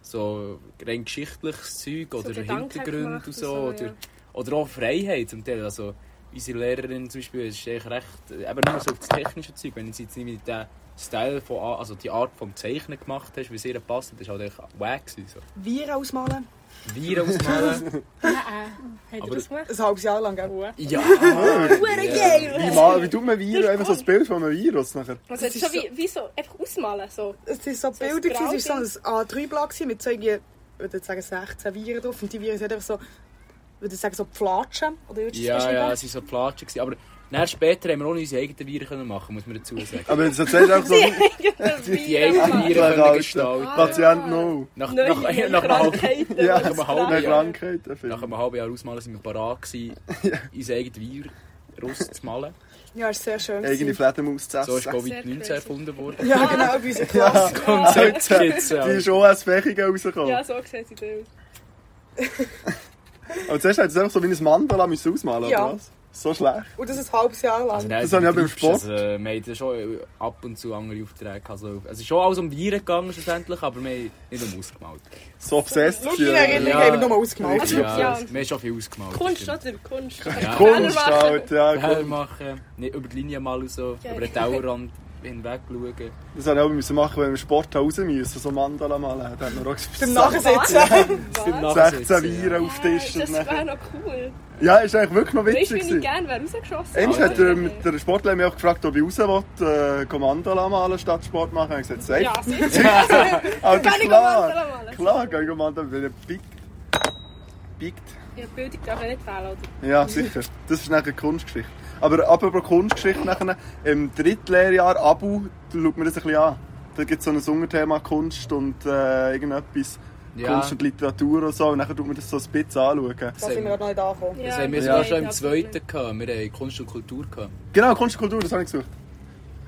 Speaker 1: so rein geschichtliches Zeug oder
Speaker 4: Gedanken
Speaker 1: Hintergrund und
Speaker 4: gemacht und
Speaker 1: so.
Speaker 4: so,
Speaker 1: oder,
Speaker 4: ja.
Speaker 1: oder auch Freiheit zum Teil. Also unsere Lehrerin zum Beispiel ist eigentlich recht, äh, eben nur so auf das technische Zeug. Wenn sie jetzt nicht mit dem Style, von, A- also die Art vom Zeichnen gemacht hast, wie es ihr passt, das war halt echt wack. gewesen, So.
Speaker 3: Wir ausmalen.
Speaker 1: Viren ausmalen.
Speaker 4: Nein, äh, hat
Speaker 1: Aber-
Speaker 4: er das gemacht?
Speaker 3: Ein halbes Jahr lang, gell?
Speaker 4: Wow.
Speaker 1: ja!
Speaker 2: Wie, mal, wie tut man Virus? Einfach so das Bild von einem Virus nachher.
Speaker 4: Also,
Speaker 3: Das
Speaker 4: so,
Speaker 3: ist so-
Speaker 4: wie, wie so, einfach ausmalen. So.
Speaker 3: Es ist so
Speaker 4: So ein
Speaker 3: Bilder, gewesen, es war
Speaker 4: Grau-Ding.
Speaker 3: so ein A3-Blatt gewesen mit so irgendwie, ich würde jetzt sagen 16 Viren drauf und die Viren sind einfach so, ich würde jetzt sagen so Platschen, oder würdest du das
Speaker 1: Ja, ja,
Speaker 3: beschreiben?
Speaker 1: es waren so Platschen. gewesen. Aber dann später haben wir auch noch unsere eigenen Viren können machen, muss man dazu sagen.
Speaker 2: Aber das erzählst du einfach so
Speaker 1: Die eigenen
Speaker 2: die
Speaker 1: Vieren können
Speaker 2: Alten.
Speaker 1: gestalten.
Speaker 2: Patient No.
Speaker 1: Nach,
Speaker 4: Neue
Speaker 1: nach, nach, einem halben-
Speaker 4: Krankheiten.
Speaker 2: Ja,
Speaker 4: die
Speaker 2: nach
Speaker 1: einem
Speaker 4: austragen.
Speaker 2: Eine
Speaker 1: halben Jahr.
Speaker 2: Krankheit. ein Film.
Speaker 1: nach einem halben Jahr ausmalen sind wir parat gewesen, unsere eigenen Viren rauszumalen.
Speaker 3: Ja, es war sehr schön.
Speaker 2: Eigene
Speaker 3: gewesen.
Speaker 2: Fledermaus zu
Speaker 1: So ist
Speaker 2: essen.
Speaker 1: Covid-19
Speaker 4: crazy.
Speaker 1: erfunden worden.
Speaker 3: Ja, genau, bei unserer Klasse.
Speaker 1: Konzeptskizze.
Speaker 2: Die ist auch als Fächige rausgekommen.
Speaker 4: Ja, so sieht sie aus.
Speaker 2: Aber zuerst hat es einfach so wie ein Mandala müssen ausmalen
Speaker 3: Ja.
Speaker 2: oder was? So schlecht.
Speaker 3: Und das ein halbes Jahr lang.
Speaker 1: Also,
Speaker 3: Also,
Speaker 1: nein,
Speaker 2: Das habe ich auch beim
Speaker 1: hübsch,
Speaker 2: Sport.
Speaker 1: Also, wir haben da schon ab und zu andere Aufträge. gehabt, Also, es ist schon alles um Viren gegangen, schlussendlich, aber wir haben nicht um ausgemalt.
Speaker 2: So obsessed.
Speaker 3: Schau,
Speaker 2: gewesen.
Speaker 3: in Erinnerung
Speaker 1: Ja.
Speaker 3: haben wir nochmal ausgemalt.
Speaker 4: Also,
Speaker 1: Ja,
Speaker 4: ja.
Speaker 1: wir haben schon viel ausgemalt.
Speaker 4: Kunst, oder? Kunst.
Speaker 1: Ja.
Speaker 2: Kunst
Speaker 4: Fehler
Speaker 2: halt,
Speaker 4: machen.
Speaker 2: ja.
Speaker 1: Fehler
Speaker 2: Kunst.
Speaker 1: machen, nicht ähm, über die Linie mal und so,
Speaker 4: Ja.
Speaker 1: über den Tellerrand hinweg schauen.
Speaker 2: Das haben wir auch müssen machen, wenn wir im Sport raus müssen. So Mandala malen. Da haben wir auch
Speaker 3: Zum
Speaker 2: gesagt,
Speaker 3: Nachsitzen.
Speaker 4: Was?
Speaker 2: 16
Speaker 1: Nachsitzen, ja.
Speaker 2: Viren auf den Tisch.
Speaker 4: Äh, Das
Speaker 2: und nachher-
Speaker 4: wäre noch cool.
Speaker 2: Ja, ist eigentlich wirklich noch
Speaker 4: Weißt du,
Speaker 2: witzig.
Speaker 4: wie ich
Speaker 2: gewesen.
Speaker 4: gerne wäre rausgeschossen?
Speaker 2: Einmal
Speaker 4: oder?
Speaker 2: hat ähm, der, der Sportler mich auch gefragt, ob ich raus will, äh, Mandala malen statt Sport machen. Ich habe gesagt, safe.
Speaker 4: Ja, sicher.
Speaker 2: Alter,
Speaker 4: Kann ich
Speaker 2: klar,
Speaker 4: Mandala malen?
Speaker 2: klar, kann ich Mandala malen. Biegt. Biegt.
Speaker 4: Ja, die Bildung darf ja nicht fehlen, oder?
Speaker 2: Ja, sicher. Das ist nachher Kunstgeschichte. Aber apropos Kunstgeschichte, nachher, im dritten Lehrjahr, Abu, da schaut mir das ein bisschen an. Da gibt es so ein Unterthema Kunst und äh, irgendetwas.
Speaker 1: Ja.
Speaker 2: Kunst und Literatur und so. Und nachher tut man das so ein bisschen anschauen.
Speaker 3: Da sind wir gerade noch nicht angekommen.
Speaker 1: Das haben wir
Speaker 4: das
Speaker 1: sogar
Speaker 4: geht
Speaker 1: schon im
Speaker 4: absolut.
Speaker 1: zweiten gehabt. Wir haben Kunst und Kultur gehabt.
Speaker 2: Genau, Kunst und Kultur, das habe ich gesucht.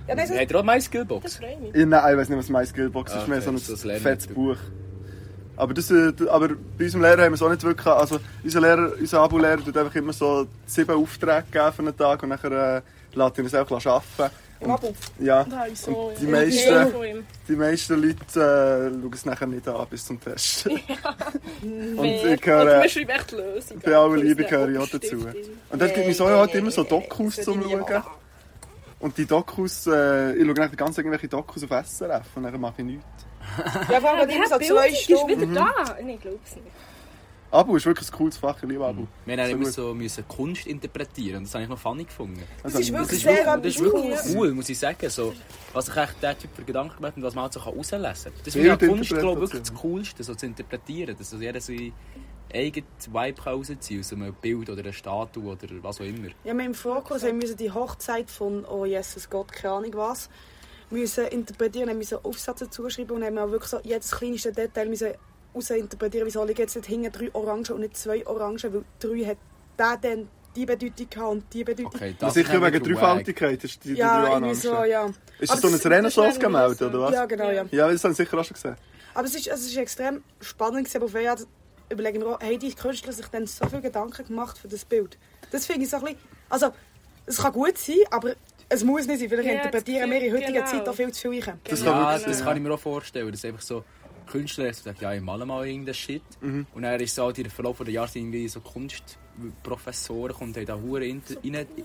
Speaker 3: Ja, nein, so-
Speaker 1: Habt ihr auch meine
Speaker 4: Das
Speaker 1: Skillbox?
Speaker 4: freut mich.
Speaker 2: Ja, nein, ich weiß nicht, was My Skillbox
Speaker 1: Ah,
Speaker 2: ist. Mehr so ein
Speaker 1: das ist das
Speaker 2: fettes
Speaker 1: Lernmittel.
Speaker 2: Buch. Aber, das, äh, d- aber bei unserem Lehrer haben wir es auch nicht wirklich. Also, unser Lehrer, unser Abu-Lehrer tut einfach immer so sieben Aufträge geben für einen Tag und nachher äh, lässt ihn uns auch arbeiten.
Speaker 3: im Abu.
Speaker 2: Ja,
Speaker 4: Nein, halt so,
Speaker 2: Und die
Speaker 4: ja.
Speaker 2: meisten-
Speaker 4: Ja, von ihm.
Speaker 2: die meisten Leute äh, schauen es nachher nicht an bis zum Test. und
Speaker 4: Wer-
Speaker 2: ich höre,
Speaker 4: Und wir schreiben echt die Lösung.
Speaker 2: bei allen Lieben höre ich auch dazu. Und das gibt mir so halt
Speaker 3: nee,
Speaker 2: immer so
Speaker 3: nee,
Speaker 2: Dokus
Speaker 3: das
Speaker 2: zum
Speaker 3: würde ich nie
Speaker 2: Schauen. Und die Dokus, äh, ich schaue nachher ganz irgendwelche Dokus auf SRF und dann mache ich nichts.
Speaker 3: Ja, vor allem,
Speaker 4: Aber
Speaker 3: wenn
Speaker 4: die
Speaker 3: du immer so
Speaker 4: Bildung
Speaker 3: zwei
Speaker 4: ist wieder
Speaker 3: Stunden...
Speaker 4: da. Nein, ich glaube es nicht.
Speaker 2: Abu ist wirklich ein cooles Fach, ich liebe Abu.
Speaker 1: Wir haben
Speaker 2: So
Speaker 1: immer
Speaker 2: gut.
Speaker 1: so müssen Kunst interpretieren und das habe ich noch funny gefunden.
Speaker 2: Also
Speaker 3: Das ist
Speaker 1: Das
Speaker 3: wirklich
Speaker 1: ist
Speaker 3: sehr
Speaker 1: wirklich, das ist wirklich
Speaker 3: ambitioniert.
Speaker 1: cool, muss ich sagen. So, was ich echt der Typ für Gedanken gemacht hat und was man halt so herauslesen kann. Das finde ich an Kunst glaube ich, wirklich das Coolste, so zu interpretieren. Dass so jeder seinen eigenen Vibe kann rausziehen kann, aus einem Bild oder einer Statue oder was auch immer.
Speaker 3: Ja, wir im Vorkurs haben wir die Hochzeit von Oh Jesus Gott, keine Ahnung was, müssen interpretieren, haben müssen Aufsatz dazu schreiben und haben auch wirklich so jedes kleinste Detail müssen interpretieren, wieso liegen jetzt nicht hinten drei Orangen und nicht zwei Orangen, weil drei hat der dann die Bedeutung gehabt und die Bedeutung.
Speaker 1: Okay,
Speaker 2: Das
Speaker 1: das
Speaker 2: sicher
Speaker 1: haben wir
Speaker 2: wegen
Speaker 1: wack.
Speaker 2: Dreifaltigkeit ist die, die
Speaker 3: Ja,
Speaker 2: drei
Speaker 3: irgendwie
Speaker 2: Annahme.
Speaker 3: so, ja.
Speaker 2: Ist das
Speaker 3: Aber
Speaker 2: so ein
Speaker 3: das-
Speaker 2: Renaissance
Speaker 4: das wäre
Speaker 2: gemeldet,
Speaker 4: so.
Speaker 2: oder was?
Speaker 3: Ja, genau, ja.
Speaker 2: Ja, das haben sie sicher auch schon gesehen.
Speaker 3: Aber es ist, es ist extrem spannend gewesen, aber auf jeden Fall überlegen wir auch, haben die Künstler sich dann so viel Gedanken gemacht für das Bild? Das finde ich so ein bisschen, also es kann gut sein, aber es muss nicht sein, vielleicht
Speaker 4: Ja, das
Speaker 3: interpretieren wir
Speaker 4: Gefühl-
Speaker 3: in heutiger
Speaker 4: genau.
Speaker 3: Zeit auch viel zu viel rein.
Speaker 2: Das kann
Speaker 1: Ja,
Speaker 2: wirklich
Speaker 1: das
Speaker 2: sein,
Speaker 1: kann ich mir auch vorstellen, dass einfach so Künstler jetzt sagen, ja, ich male mal irgendeinen Shit.
Speaker 2: Mhm.
Speaker 1: Und dann ist es halt im Verlauf der Jahre sind irgendwie so Kunstprofessoren kommt halt da hure in- rein.
Speaker 3: oh,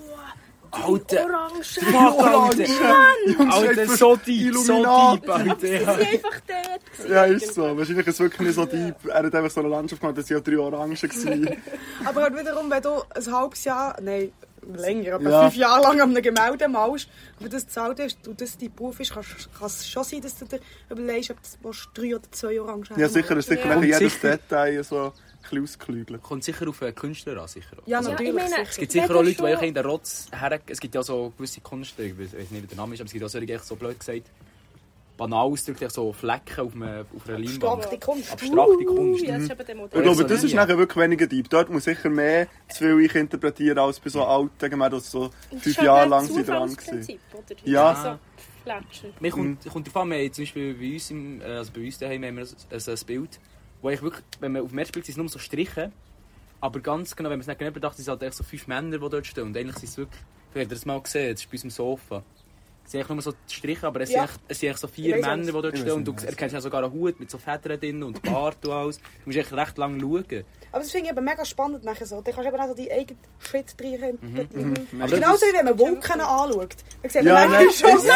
Speaker 1: Alter,
Speaker 4: Orange.
Speaker 1: fuck, Alter, Alter,
Speaker 2: einfach
Speaker 1: so deep, so
Speaker 2: Illuminati.
Speaker 1: deep, Alter.
Speaker 4: Die einfach dort. gewesen.
Speaker 2: Ja, ist so. Wahrscheinlich ist es wirklich nicht so deep. Er hat
Speaker 4: Genau.
Speaker 2: einfach so eine Landschaft gemacht, dass sie auch drei Orangen waren.
Speaker 3: Aber halt wiederum, wenn du ein halbes Jahr, nein, länger, aber
Speaker 2: Ja.
Speaker 3: fünf Jahre lang an einem Gemälde malst, aber das zahlt hast und das dein Beruf ist, kann kann es schon sein, dass du dir überlegst, ob du willst drei oder zwei Orangen
Speaker 2: Ja, sicher, ist sicher
Speaker 4: Ja.
Speaker 2: nachher jedes
Speaker 1: Sicher.
Speaker 2: Detail so ein bisschen ausgeklügelt.
Speaker 1: Kommt sicher auf äh, Künstler an, sicher.
Speaker 3: Ja,
Speaker 1: Also,
Speaker 3: natürlich.
Speaker 4: ich meine,
Speaker 1: Es
Speaker 3: sicher.
Speaker 1: gibt sicher
Speaker 4: Mega
Speaker 1: auch Leute, die
Speaker 4: schon.
Speaker 1: einfach in den Rotz her... Es gibt ja so gewisse Kunst, ich weiß nicht, wie der Name ist, aber es gibt auch solche, die echt so blöd gesagt, banal ausgedrückt, echt so Flecken auf, einem, auf einer Leinwand.
Speaker 3: Abstrakte Kunst.
Speaker 1: Abstrakte
Speaker 4: Uh,
Speaker 1: Kunst.
Speaker 4: ja, das ist eben
Speaker 2: Ich
Speaker 4: der
Speaker 1: Ja,
Speaker 4: Modell.
Speaker 2: glaube,
Speaker 1: so
Speaker 2: das ist
Speaker 1: nie.
Speaker 2: nachher wirklich weniger deep. Dort muss sicher mehr zu viel ich interpretieren als bei so alten Gemälden, die so
Speaker 4: Das ist
Speaker 2: fünf
Speaker 4: schon
Speaker 2: Jahre
Speaker 4: ein
Speaker 2: lang sind dran waren.
Speaker 4: Zufallsprinzip, oder?
Speaker 2: Ja.
Speaker 4: So Fletschen.
Speaker 1: Mir kommt, kommt davon, wir haben zum Beispiel bei uns, im, äh, also bei uns daheim haben wir ein, ein Bild, wo ich wirklich, wenn man auf mehr spielt, sind es nur so Striche. Aber ganz genau, wenn man es nicht genau bedacht, sind es halt echt so fünf Männer, die dort stehen. Und eigentlich sind es wirklich, vielleicht habt ihr das mal gesehen, das ist bei uns im Sofa. Es sind eigentlich nur so die Striche, aber es,
Speaker 3: Ja.
Speaker 1: sind, echt, es sind echt so vier
Speaker 3: Ich weiss
Speaker 1: Männer, die
Speaker 3: es.
Speaker 1: dort
Speaker 2: Ich
Speaker 1: stehen. Und du
Speaker 2: weiss es.
Speaker 1: erkennst ja sogar einen Hut mit so Federn drin und Bart und alles. Du musst echt recht lange schauen.
Speaker 3: Aber das finde ich eben mega spannend nachher so. Dann kannst du eben auch so die eigenen Schritte
Speaker 2: Mhm.
Speaker 3: reinpetieren.
Speaker 1: Aber
Speaker 3: Genauso
Speaker 1: das-
Speaker 3: wie wenn man Wolken anschaut. Dann sieht
Speaker 2: Ja,
Speaker 3: man
Speaker 2: nein,
Speaker 3: manchmal
Speaker 2: ist
Speaker 3: schon
Speaker 2: so.
Speaker 3: so.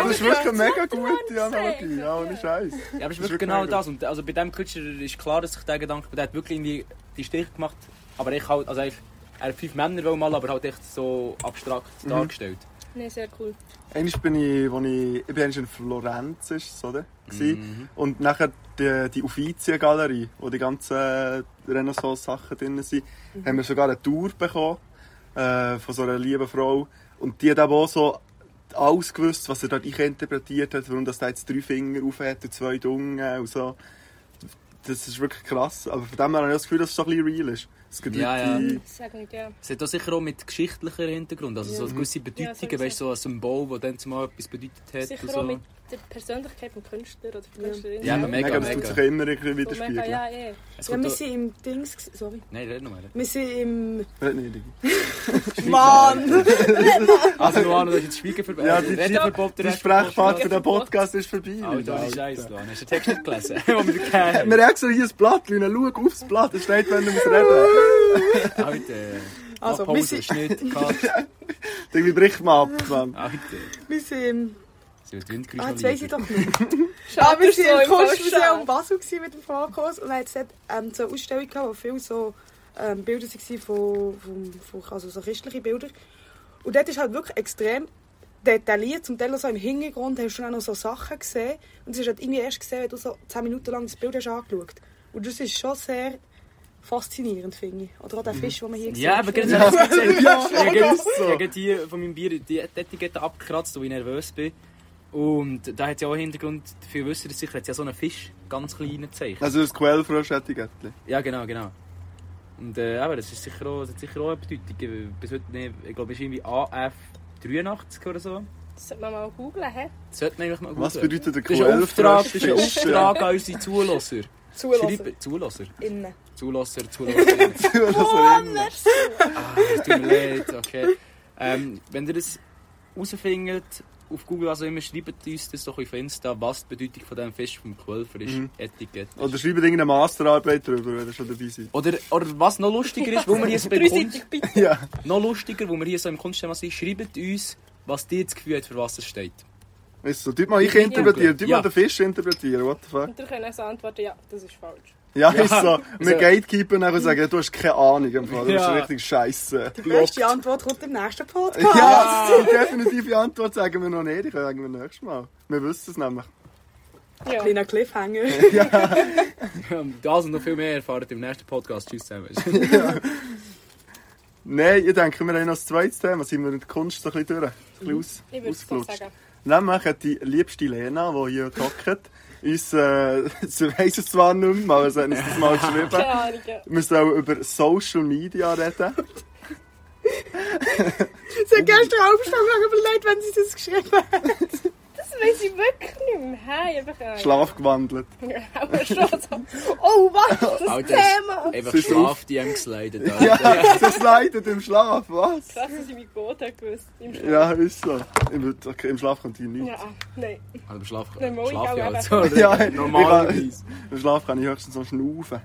Speaker 2: Das ist wirklich eine mega gute
Speaker 4: Mann
Speaker 2: Analogie.
Speaker 4: gesagt,
Speaker 2: Ja, ohne Scheiß.
Speaker 1: Ja, aber es ist
Speaker 2: Das ist
Speaker 1: wirklich
Speaker 2: wirklich
Speaker 1: genau
Speaker 2: mega.
Speaker 1: das. Und also bei dem Künstler ist klar, dass ich den Gedanken der hat wirklich irgendwie die Stiche gemacht. Aber ich halt, also eigentlich, er hat fünf Männer wollen mal, aber halt echt so abstrakt dargestellt.
Speaker 4: Nein, sehr cool.
Speaker 2: Einmal bin ich, wo ich, ich bin einmal in Florenz, ist, oder? Mhm. Und nachher die, die Uffizien-Galerie, wo die ganzen äh, Renaissance-Sachen drin sind,
Speaker 4: Mhm.
Speaker 2: haben wir sogar eine Tour bekommen äh, von so einer lieben Frau. Und die hat eben auch so alles gewusst, was er dort interpretiert hat, warum das da jetzt drei Finger auf hat und zwei Dungen und so. Das ist wirklich krass. Aber von dem her habe ich das Gefühl, dass es so ein bisschen real ist. Es gibt
Speaker 1: Ja,
Speaker 2: Leute, die-
Speaker 4: Sag nicht, ja.
Speaker 1: Es hat auch sicher auch mit geschichtlicher Hintergrund, also so gewisse Bedeutungen,
Speaker 4: sowieso.
Speaker 1: weißt du, so ein Symbol, das dann zumal etwas bedeutet hat. und
Speaker 4: Sicher
Speaker 1: so.
Speaker 4: auch mit der Persönlichkeit des Künstlers oder der Künstlerin.
Speaker 1: Ja, aber
Speaker 2: Mega,
Speaker 1: Mega,
Speaker 2: das tut
Speaker 1: mega.
Speaker 2: sich ja immer irgendwie
Speaker 4: So mega,
Speaker 2: widerspiegeln.
Speaker 4: ja, eh.
Speaker 1: Es
Speaker 3: Ja,
Speaker 1: kommt
Speaker 3: wir
Speaker 1: auch-
Speaker 3: waren im Dings. gewesen- Sorry.
Speaker 1: Nein, red noch mal.
Speaker 3: Wir sind im.
Speaker 2: Red nicht, Digi.
Speaker 3: Mann!
Speaker 1: Also Luan, du hast jetzt Schweigen äh, verboten.
Speaker 2: Ja, die-
Speaker 1: Redeverbot
Speaker 2: Die Sprechfahrt für den
Speaker 4: Podcast.
Speaker 2: Podcast ist vorbei.
Speaker 1: Alter, ohne
Speaker 2: Alter.
Speaker 1: Scheiß, Luan. Hast du den Text nicht gelesen? Den wir kennen.
Speaker 2: Wir haben extra hier ein Blatt, Leute. Schau aufs Blatt, es steht, wenn wir es reden.
Speaker 1: Alter.
Speaker 3: Also,
Speaker 1: Also,
Speaker 3: wir
Speaker 1: Pause,
Speaker 3: sind-
Speaker 1: Schnitt, Cut.
Speaker 2: Irgendwie bricht man ab, Mann.
Speaker 1: Alter.
Speaker 3: Wir sind im.
Speaker 1: Sie wird Windgeräusche
Speaker 3: Ah,
Speaker 1: noch
Speaker 3: jetzt weiss ich
Speaker 1: lieber.
Speaker 3: doch nicht.
Speaker 4: Ah,
Speaker 3: Aber wir
Speaker 4: bist du so
Speaker 3: waren
Speaker 4: im
Speaker 3: im Kunstmuseum
Speaker 4: Kunstmuseum.
Speaker 3: Basel gewesen mit dem Flakos und er hat dort ähm, so eine Ausstellung gehabt, wo viele so ähm, Bilder waren von, von, von also so christliche Bilder. Und dort ist halt wirklich extrem detailliert, zum Teil auch so im Hintergrund hast du dann auch noch so Sachen gesehen und das hast du halt irgendwie erst gesehen, wenn du so 10 Minuten lang das Bild hast angeschaut. Und das ist schon sehr faszinierend, finde ich. Oder auch der Fisch, den man hier
Speaker 1: Mhm. Ja, aber
Speaker 3: sieht.
Speaker 1: gerade habe ich gesehen.
Speaker 2: Ja,
Speaker 1: Ich habe
Speaker 2: das
Speaker 1: gerade-
Speaker 2: ist
Speaker 1: ich
Speaker 2: so.
Speaker 1: habe gerade die von meinem Bier die die Etikette abgekratzt, weil ich nervös bin. Und da hat ja auch einen Hintergrund, viel wissen das sicher, hat ja so einen Fisch, ganz kleinen Zeichen.
Speaker 2: Also ein Quellfrosch hätte ich Gätli.
Speaker 1: Ja, genau, genau. Und äh, aber das, ist sicher auch, das hat sicher auch eine Bedeutung. Ich- Bis heute nicht, ich glaube, es ist irgendwie AF83 oder so.
Speaker 4: Das sollte man mal googeln, hä?
Speaker 1: Das sollte man eigentlich mal
Speaker 2: Was
Speaker 1: googlen.
Speaker 2: bedeutet ein
Speaker 1: Das ist ein Auftrag, das
Speaker 2: Quellfrosch?
Speaker 1: ist ein Auftrag an unsere Zulasser.
Speaker 3: Zulassen.
Speaker 1: Schreiben, Zulasser.
Speaker 3: Innen.
Speaker 1: Zulasser, Zulasser.
Speaker 2: Auftrag.
Speaker 1: Ah, Es tut mir leid, okay. Ähm, wenn ihr das herausfindet, auf Google also immer, schreibt uns das doch auf Insta, was die Bedeutung von diesem Fisch vom Quellfer ist,
Speaker 2: Mhm.
Speaker 1: Etikett.
Speaker 2: Oder schreibt irgendeine Masterarbeit drüber, wenn ihr schon dabei seid.
Speaker 1: Oder, oder was noch lustiger ist, wo wir hier so beim Kunst,
Speaker 4: Dreiseitig bitte.
Speaker 2: Ja.
Speaker 1: noch lustiger, wo wir hier so im Kunstthema sind, schreibt uns, was dir das Gefühl hat, für was es steht.
Speaker 2: Weißt du, tut mal ich interpretieren, tut mal
Speaker 1: Ja.
Speaker 2: den Fisch interpretieren, what the fuck.
Speaker 4: Und ihr könnt auch so antworten, ja, das ist falsch.
Speaker 2: Ja, ist so. Wir
Speaker 1: Also-
Speaker 2: Gatekeeper nachher sagen, ja, du hast keine Ahnung, im Fall. du bist
Speaker 1: Ja.
Speaker 2: richtig scheiße.
Speaker 3: Die beste Antwort kommt im nächsten Podcast.
Speaker 2: Ja, die definitive Antwort sagen wir noch nicht, die sagen wir nächstes Mal. Wir wissen es nämlich.
Speaker 4: Ja.
Speaker 3: Kleiner Cliffhanger.
Speaker 1: Das und Ähm, also noch viel mehr erfahrt ihr im nächsten Podcast. Tschüss zusammen.
Speaker 2: Nein, ich denke, wir haben noch das zweite Thema. Sind wir in der Kunst so ein bisschen durch? Ein bisschen
Speaker 4: Mhm. Ich
Speaker 2: aus,
Speaker 4: würde so
Speaker 2: ausgelutscht.
Speaker 4: sagen.
Speaker 2: Nämlich hat die liebste Lena, die hier hockt, uns, äh, sie weiss es zwar nicht mehr, aber sie hat uns das mal geschrieben.
Speaker 4: Keine Ahnung. ja.
Speaker 2: Wir müssen auch über Social Media reden.
Speaker 3: Sie hat gestern halb Stunde lang überlegt, wenn sie das geschrieben hat.
Speaker 4: Das weiß ich wirklich nicht mehr. Hey, ich habe keine Ahnung.
Speaker 2: Schlaf gewandelt.
Speaker 4: Aber schon so. Oh, was? Das
Speaker 1: Alter,
Speaker 4: Thema.
Speaker 1: Einfach
Speaker 2: Sie ist
Speaker 1: schlaf die haben geslidet.
Speaker 2: Ja,
Speaker 1: Ja.
Speaker 2: sie slidet im Schlaf, was?
Speaker 4: Krass, dass ich mein Boot habe gewusst. Im Schlaf.
Speaker 2: Ja, ist so. Im, okay, im Schlaf kommt hier nichts.
Speaker 4: Ja, nein.
Speaker 1: Aber schlaf,
Speaker 4: Nein, Mo,
Speaker 1: schlaf
Speaker 4: ich auch
Speaker 1: ja
Speaker 4: eben.
Speaker 1: halt so.
Speaker 2: Ja,
Speaker 1: oder?
Speaker 2: ich-
Speaker 1: Normalerweise.
Speaker 2: Im Schlaf kann ich höchstens so schnaufen.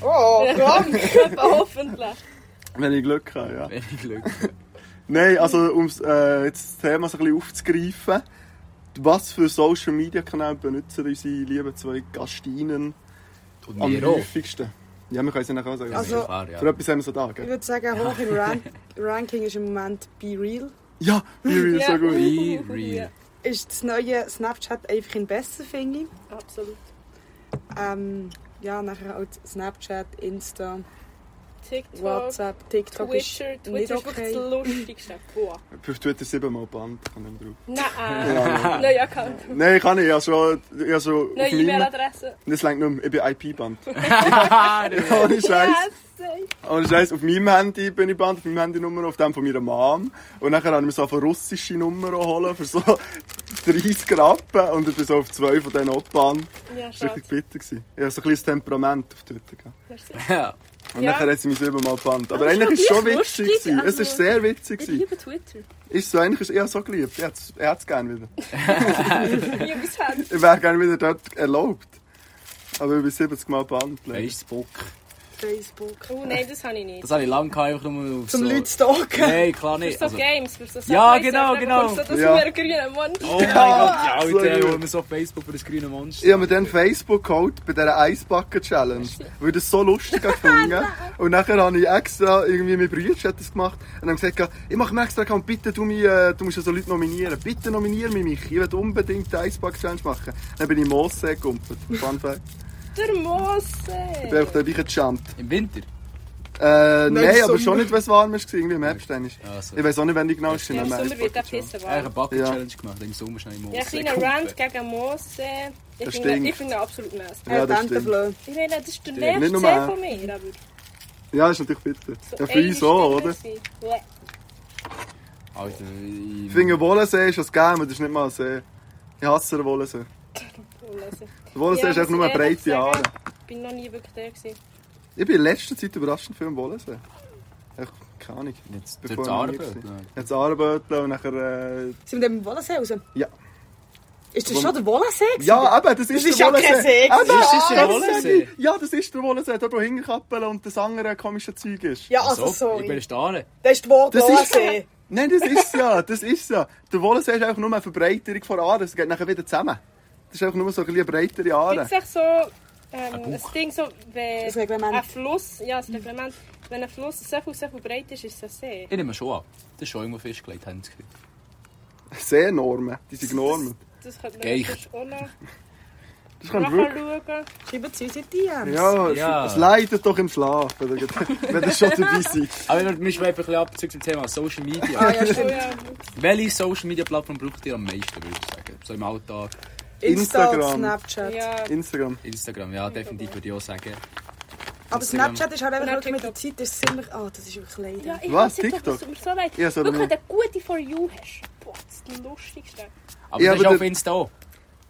Speaker 3: Oh,
Speaker 4: Eben, Hoffentlich.
Speaker 2: Wenn ich Glück habe, ja.
Speaker 1: Wenig Glück.
Speaker 2: Nein, also um äh, jetzt das Thema so ein bisschen aufzugreifen. Was für Social Media Kanäle benutzen unsere lieben zwei Gastinnen
Speaker 1: Und
Speaker 2: am
Speaker 1: mir auch.
Speaker 2: häufigsten? Ja, wir können es ja nachher auch sagen.
Speaker 3: Also-
Speaker 1: Also, klar,
Speaker 2: Für
Speaker 1: ja.
Speaker 2: etwas haben wir so da,
Speaker 3: Ich
Speaker 2: gell?
Speaker 3: würde sagen, hoch im Ran Ranking ist im Moment Be Real.
Speaker 2: Ja, Real,
Speaker 4: Ja.
Speaker 2: so gut.
Speaker 1: Be real.
Speaker 3: Ist das neue Snapchat einfach in besser, finde ich.
Speaker 4: Absolut.
Speaker 3: Ähm, ja, nachher halt Snapchat, Insta,
Speaker 4: TikTok,
Speaker 3: WhatsApp, TikTok
Speaker 4: Twitter.
Speaker 3: ist nicht
Speaker 4: Twitter ist wirklich
Speaker 3: okay.
Speaker 4: das Lustigste. Boah.
Speaker 2: Auf Twitter siebenmal gebannt, kann nicht mehr drauf.
Speaker 4: Nein, nein, ah. ja, kann.
Speaker 2: Nein, kann ich, ich habe schon, ich habe schon auf
Speaker 4: Neue
Speaker 2: meinem-
Speaker 4: E-Mail-Adresse.
Speaker 2: Das längt nicht mehr, ich bin IP-Band. Ohne Scheiß.
Speaker 4: safe.
Speaker 2: Ohne Scheiß. Auf meinem Handy bin ich Band, auf meinem Handynummer, auf dem von meiner Mom. Und nachher haben wir so eine russische Nummer holen für so 30 Rappen. Und ich bin so auf zwei von denen abgebannt. Das
Speaker 4: Ja,
Speaker 2: war
Speaker 4: schade.
Speaker 2: richtig bitter. gewesen. Ich hatte so ein kleines Temperament auf Twitter. gehabt.
Speaker 4: Merci.
Speaker 1: Ja.
Speaker 2: Und
Speaker 4: Ja.
Speaker 2: nachher hat sie mich siebenmal gebannt. Aber
Speaker 4: Aber
Speaker 2: eigentlich
Speaker 4: ist
Speaker 2: war es schon
Speaker 4: natürlich
Speaker 2: witzig.
Speaker 4: lustig,
Speaker 2: gewesen. Es
Speaker 4: also-
Speaker 2: war sehr witzig.
Speaker 4: Ich
Speaker 2: gewesen.
Speaker 4: liebe Twitter.
Speaker 2: Ist so, eigentlich ist er so geliebt. Er hat's- Er hat es gerne wieder.
Speaker 4: Ich liebe das Handy.
Speaker 2: Ich wäre gerne wieder dort erlaubt. Aber ich bin 70 Mal gebannt.
Speaker 1: Wer ist das Bock?
Speaker 3: Facebook.
Speaker 4: Oh nein, das habe ich nicht.
Speaker 1: Das habe ich lange gehabt, einfach nur auf
Speaker 3: Zum
Speaker 1: so...
Speaker 3: Leute stalken.
Speaker 1: Nein, klar
Speaker 4: Für
Speaker 1: nicht.
Speaker 4: so
Speaker 1: Also,
Speaker 4: Games, für so Sachen.
Speaker 1: Ja,
Speaker 4: Weißt du,
Speaker 1: genau,
Speaker 4: dann
Speaker 1: genau.
Speaker 4: bekommst du Das
Speaker 2: Ja.
Speaker 4: wäre grüne Monster.
Speaker 1: Oh mein Gott, ja,
Speaker 2: so
Speaker 1: Alter,
Speaker 2: gut.
Speaker 1: wo wir so auf Facebook für das grüne Monster...
Speaker 2: Ich habe mir dann Facebook geholt bei dieser Eisbacken-Challenge, weil ich das so lustig gefunden Und nachher habe ich extra, irgendwie mein Bruder hat das gemacht, und dann gesagt, ich mache mir extra Account, bitte du, mich, äh, du musst ja so Leute nominieren, bitte nominier mich, Michi. ich will unbedingt die Eisbacken-Challenge machen. Dann bin ich in Mosse gekumpelt, Fun Fact.
Speaker 4: Der
Speaker 2: Ich bin
Speaker 4: Mose.
Speaker 2: einfach da reingejumpt.
Speaker 1: Im Winter?
Speaker 2: Äh, nein,
Speaker 3: im
Speaker 2: aber
Speaker 3: Sommer.
Speaker 2: schon nicht, wenn es warm ist, irgendwie im Herbst. dann ist-
Speaker 1: Ja, so.
Speaker 2: Ich weiß auch nicht, wann ich genau
Speaker 4: Ja,
Speaker 2: war.
Speaker 4: Im Sommer wird der pissen
Speaker 1: Er hat eine
Speaker 4: warm.
Speaker 1: Bucket-Challenge gemacht, im Sommer schnell im Monster.
Speaker 4: Ja, ein kleiner Rant gegen Mose. Ich
Speaker 2: Das
Speaker 4: finde
Speaker 2: stinkt.
Speaker 4: ich finde ihn absolut nass.
Speaker 2: Ja, das stimmt.
Speaker 3: Blöd.
Speaker 4: Ich meine, das ist der
Speaker 1: Nicht
Speaker 4: nervste
Speaker 2: nur
Speaker 4: Zeh
Speaker 2: er.
Speaker 4: von mir. aber
Speaker 2: Ja, ist natürlich bitter.
Speaker 4: so
Speaker 2: Ja, für
Speaker 4: eine
Speaker 2: uns auch, oder?
Speaker 4: Stimme sein. Uäh.
Speaker 1: Alter,
Speaker 2: Ich
Speaker 1: ich...
Speaker 2: finde, Wollensee ist ein Scam, das ist nicht mal ein See. Ich hasse Wollensee.
Speaker 4: Oh, lasse.
Speaker 2: Wollensee
Speaker 4: Ja,
Speaker 2: ist einfach nur
Speaker 4: muss ich ehrlich
Speaker 2: breite Haare.
Speaker 4: sagen, Ich bin noch nie wirklich der gewesen.
Speaker 2: Ich bin in letzter Zeit überraschend viel am Wollensee. Echt, keine Ahnung.
Speaker 1: Jetzt durch
Speaker 2: Bevor
Speaker 1: die
Speaker 2: ich noch nie
Speaker 1: Arbeit.
Speaker 2: war.
Speaker 1: ne?
Speaker 2: Jetzt arbeiten und nachher... Äh,
Speaker 3: Sind wir dann im Wollensee raus?
Speaker 2: ja.
Speaker 3: Ist das
Speaker 2: Wo-
Speaker 3: schon der Wollensee? gewesen?
Speaker 2: Ja, eben, das ist
Speaker 3: ist
Speaker 2: der
Speaker 3: ja kein
Speaker 2: Wollensee.
Speaker 3: See.
Speaker 2: Eben,
Speaker 3: Das
Speaker 1: ist der
Speaker 2: das
Speaker 1: Wollensee.
Speaker 2: sag ich. Ja, das ist der Wollensee. Dort, wo Hingerkappeln und das andere komische Zeug ist.
Speaker 3: Ja,
Speaker 1: Also,
Speaker 3: also
Speaker 1: ich bin
Speaker 3: sorry.
Speaker 1: ein Stare.
Speaker 3: Das ist der Wort
Speaker 2: Das ist
Speaker 3: Wollensee.
Speaker 2: Nein, das ist ja, das ist ja. Der Wollensee ist einfach nur eine Verbreiterung von Aare. Es geht nachher wieder zusammen. Das ist einfach nur so ein bisschen breitere
Speaker 4: Gibt
Speaker 2: Aare.
Speaker 4: es echt so ähm, ein
Speaker 1: Buch.
Speaker 4: Ding, so, wenn
Speaker 3: Das Reglement.
Speaker 4: ein Fluss, ja, das Reglement, wenn ein Fluss so viel, so viel breit ist, ist es ein See.
Speaker 1: Ich nehme schon ab. Das ist schon irgendwo festgelegt, haben sie gesagt.
Speaker 2: Seenormen, die sind Normen.
Speaker 4: Das könnte man
Speaker 1: Geicht.
Speaker 4: sonst auch noch
Speaker 2: Das kann wirklich...
Speaker 4: nachschauen.
Speaker 3: Schreibt sie uns in die DMs.
Speaker 2: Ja,
Speaker 1: Ja.
Speaker 2: Es, es leidet doch im Schlaf, wenn ihr, wenn ihr schon dabei seid.
Speaker 1: Aber wir schweifen ein bisschen ab zurück zum Thema Social Media.
Speaker 3: Ah, ja,
Speaker 4: Oh
Speaker 3: stimmt.
Speaker 4: ja,
Speaker 1: Welche Social Media Plattform braucht ihr am meisten, würde ich sagen? So im Alltag.
Speaker 3: Insta und
Speaker 2: Instagram.
Speaker 3: Snapchat.
Speaker 4: ja.
Speaker 2: Instagram.
Speaker 1: Instagram, ja, definitiv würde ich auch sagen.
Speaker 3: Aber
Speaker 1: Instagram.
Speaker 3: Snapchat ist halt einfach
Speaker 4: Und
Speaker 3: wirklich mit der
Speaker 4: TikTok.
Speaker 3: Zeit ist ziemlich... Ah, das ist wirklich leider.
Speaker 4: ja, ich
Speaker 2: Was?
Speaker 4: weiss nicht, ob
Speaker 2: TikTok?
Speaker 4: es mir so leid.
Speaker 2: Ja, so
Speaker 4: Wirklich,
Speaker 2: dumm.
Speaker 4: wenn du eine gute For You hast, boah, das ist das Lustigste.
Speaker 1: Aber
Speaker 2: Ja,
Speaker 1: das ist
Speaker 2: aber
Speaker 1: auf
Speaker 2: der-
Speaker 1: Insta auch.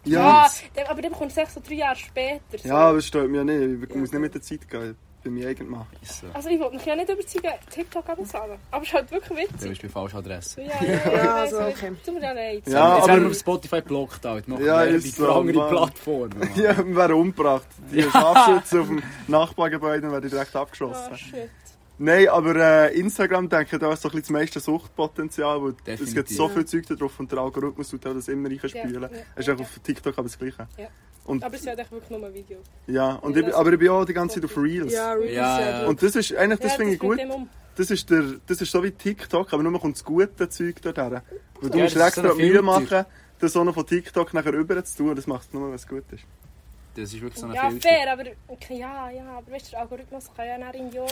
Speaker 2: Ja.
Speaker 4: der, aber dann kommt es echt so drei Jahre später. So.
Speaker 2: Ja, aber das stört mich ja nicht. Ich muss nicht mit der Zeit gehen. Ich bin mein eigen Mann.
Speaker 1: Ist so.
Speaker 4: Also ich wollte mich ja nicht überzeugen, TikTok abzusammeln. Aber es ist halt wirklich
Speaker 1: Du
Speaker 4: witzig.
Speaker 1: bist bei falscher Adresse.
Speaker 4: Ja, ja, ja,
Speaker 3: Ja,
Speaker 4: ich weiss
Speaker 3: also,
Speaker 4: nicht.
Speaker 3: okay.
Speaker 4: Tut mir ja leid.
Speaker 2: Ja,
Speaker 1: Jetzt
Speaker 2: aber-
Speaker 1: haben wir auf Spotify blockt halt. Machen
Speaker 2: Ja,
Speaker 1: ja, wir
Speaker 2: ist
Speaker 1: für
Speaker 2: so,
Speaker 1: andere
Speaker 2: Mann.
Speaker 1: Plattformen. Mann.
Speaker 2: Die haben wir umgebracht. Die Scharfschützen auf dem Nachbargebäude werden direkt
Speaker 4: Ah,
Speaker 2: abgeschossen.
Speaker 4: shit.
Speaker 2: Nein, aber äh, Instagram denke ich, da ist so ein bisschen das meiste Suchtpotenzial. Weil es gibt
Speaker 1: Definitiv.
Speaker 2: so viel Zeug da drauf und der Algorithmus tut auch das immer reinspielen.
Speaker 4: Ja,
Speaker 2: Es
Speaker 4: ja,
Speaker 2: ist
Speaker 4: ja,
Speaker 2: auch auf TikTok aber das Gleiche.
Speaker 4: Ja.
Speaker 2: Und,
Speaker 4: Aber es wäre echt wirklich nur ein Video.
Speaker 2: ja, und
Speaker 4: Ja,
Speaker 2: ich, bin-
Speaker 4: das-
Speaker 2: aber ich bin auch die ganze Zeit auf Reels.
Speaker 3: Ja, Reels.
Speaker 1: Ja,
Speaker 3: ja,
Speaker 1: ja.
Speaker 3: gut.
Speaker 2: Und das ist eigentlich, das
Speaker 4: ja,
Speaker 2: finde ich
Speaker 4: mit
Speaker 2: gut.
Speaker 4: dem um.
Speaker 2: Das ist, der, das ist so wie TikTok, aber nur kommt das gute Zeug dort her. Weil du
Speaker 1: Ja,
Speaker 2: musst
Speaker 1: das ist
Speaker 2: extra
Speaker 1: so ein
Speaker 2: Mühe
Speaker 1: Filter.
Speaker 2: machen, das so noch von TikTok nachher rüber zu tun. Das macht es nur, wenn es gut ist.
Speaker 1: Das ist wirklich so ein
Speaker 4: Ja,
Speaker 1: Filter.
Speaker 4: fair, aber okay, ja, ja, aber weißt du, der Algorithmus kann ja dann irgendwie auch,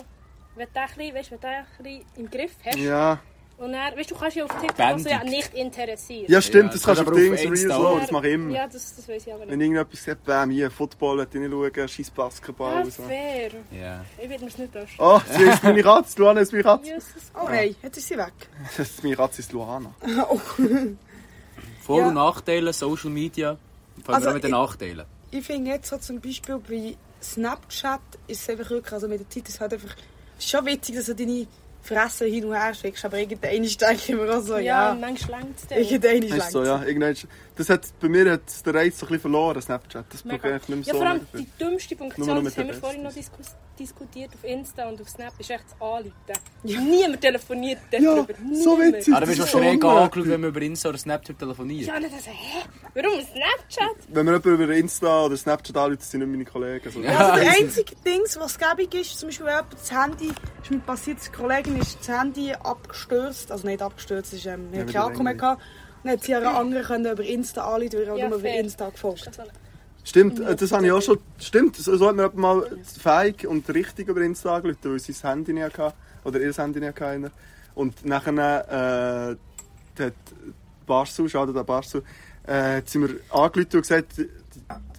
Speaker 4: wenn du den ein bisschen, weißt, du, wenn du den ein bisschen im Griff hast
Speaker 2: Ja,
Speaker 4: und dann, weißt du, du kannst ja auf TikTok auch
Speaker 1: Bändig.
Speaker 4: so, ja nicht interessieren.
Speaker 2: ja stimmt,
Speaker 1: das
Speaker 2: das kannst
Speaker 1: kann
Speaker 2: du auf
Speaker 1: aber auf
Speaker 2: Dings, Reels,
Speaker 1: Insta
Speaker 2: Low,
Speaker 1: auch.
Speaker 2: das mache ich immer.
Speaker 4: Ja, das, das weiß ich aber
Speaker 2: Wenn
Speaker 4: nicht.
Speaker 2: irgendetwas sagt, bam, hier, Football, will ich nicht schauen, scheiß Basketball
Speaker 4: Ja,
Speaker 2: und so.
Speaker 4: fair.
Speaker 1: Ja.
Speaker 4: Ich würde mir es nicht wünschen.
Speaker 2: Oh, sie ist meine Katze, Luana ist meine Katze.
Speaker 4: Jesus.
Speaker 3: Oh nein, jetzt ist sie weg.
Speaker 2: Das ist meine Katze ist Luana.
Speaker 1: Vor-
Speaker 3: Ja.
Speaker 1: und Nachteile, Social Media. Fangen wir
Speaker 3: Also,
Speaker 1: an mit den
Speaker 3: ich-
Speaker 1: Nachteilen.
Speaker 3: Ich finde jetzt so zum Beispiel bei Snapchat ist es einfach wirklich, also mit der Zeit ist es halt einfach es ist schon witzig, dass du deine Fressen hin und her schickst. Aber irgendwann denke ich mir auch so, Oh, ja.
Speaker 4: manchmal längt es dann.
Speaker 3: Irgendwann
Speaker 2: Ist
Speaker 3: ist
Speaker 2: so,
Speaker 3: es.
Speaker 2: ja. Irgendwann ist, das hat, bei mir hat der Reiz so ein bisschen verloren, Snapchat. Das brauche ich
Speaker 4: Mega.
Speaker 2: einfach nicht mehr
Speaker 4: Ja,
Speaker 2: so.
Speaker 4: vor allem
Speaker 2: dafür.
Speaker 4: die dümmste
Speaker 2: Nur noch
Speaker 4: Funktion,
Speaker 2: mit
Speaker 4: das haben
Speaker 2: der
Speaker 4: wir vorhin noch diskus- diskutiert auf Insta und auf Snap, ist echt das Anleiten. Niemand telefoniert
Speaker 2: Ja,
Speaker 4: darüber.
Speaker 2: so
Speaker 4: Niemand.
Speaker 2: witzig.
Speaker 1: Ah, da bist du
Speaker 2: Das ist
Speaker 1: schon schräg
Speaker 2: so unnötig.
Speaker 1: angeschaut, wenn man über Insta oder Snapchat telefoniert.
Speaker 4: Ja, nicht so, hä? Warum Snapchat?
Speaker 2: Wenn mir jemand über Insta oder Snapchat anruft, das sind nicht meine Kollegen. Also,
Speaker 1: Ja.
Speaker 3: Also das einzige Ding, was gäbig ist, zum Beispiel wenn jemand das Handy, ist mir passiert, das Kollegin ist das Handy abgestürzt, also nicht abgestürzt, es ist, ähm,
Speaker 2: Ja,
Speaker 3: ja,
Speaker 2: mit
Speaker 3: keinen Akku
Speaker 2: der
Speaker 3: mehr
Speaker 2: Länge.
Speaker 3: gehabt. Dann hat sie einer anderen können über Insta anrufen, weil er
Speaker 4: Ja,
Speaker 3: nur über
Speaker 4: fair.
Speaker 3: Insta gefolgt
Speaker 4: Das ist also-
Speaker 2: Stimmt, äh, das habe ich auch schon. Stimmt, so so hat mir jemand mal feig und richtig über Insta angerufen, weil sie sein Handy nicht hatte. Oder ihr Handy nicht hatte. einer. Und nachher äh, hat Barsu, schade an Barsu, äh, hat sie mir angerufen und gesagt,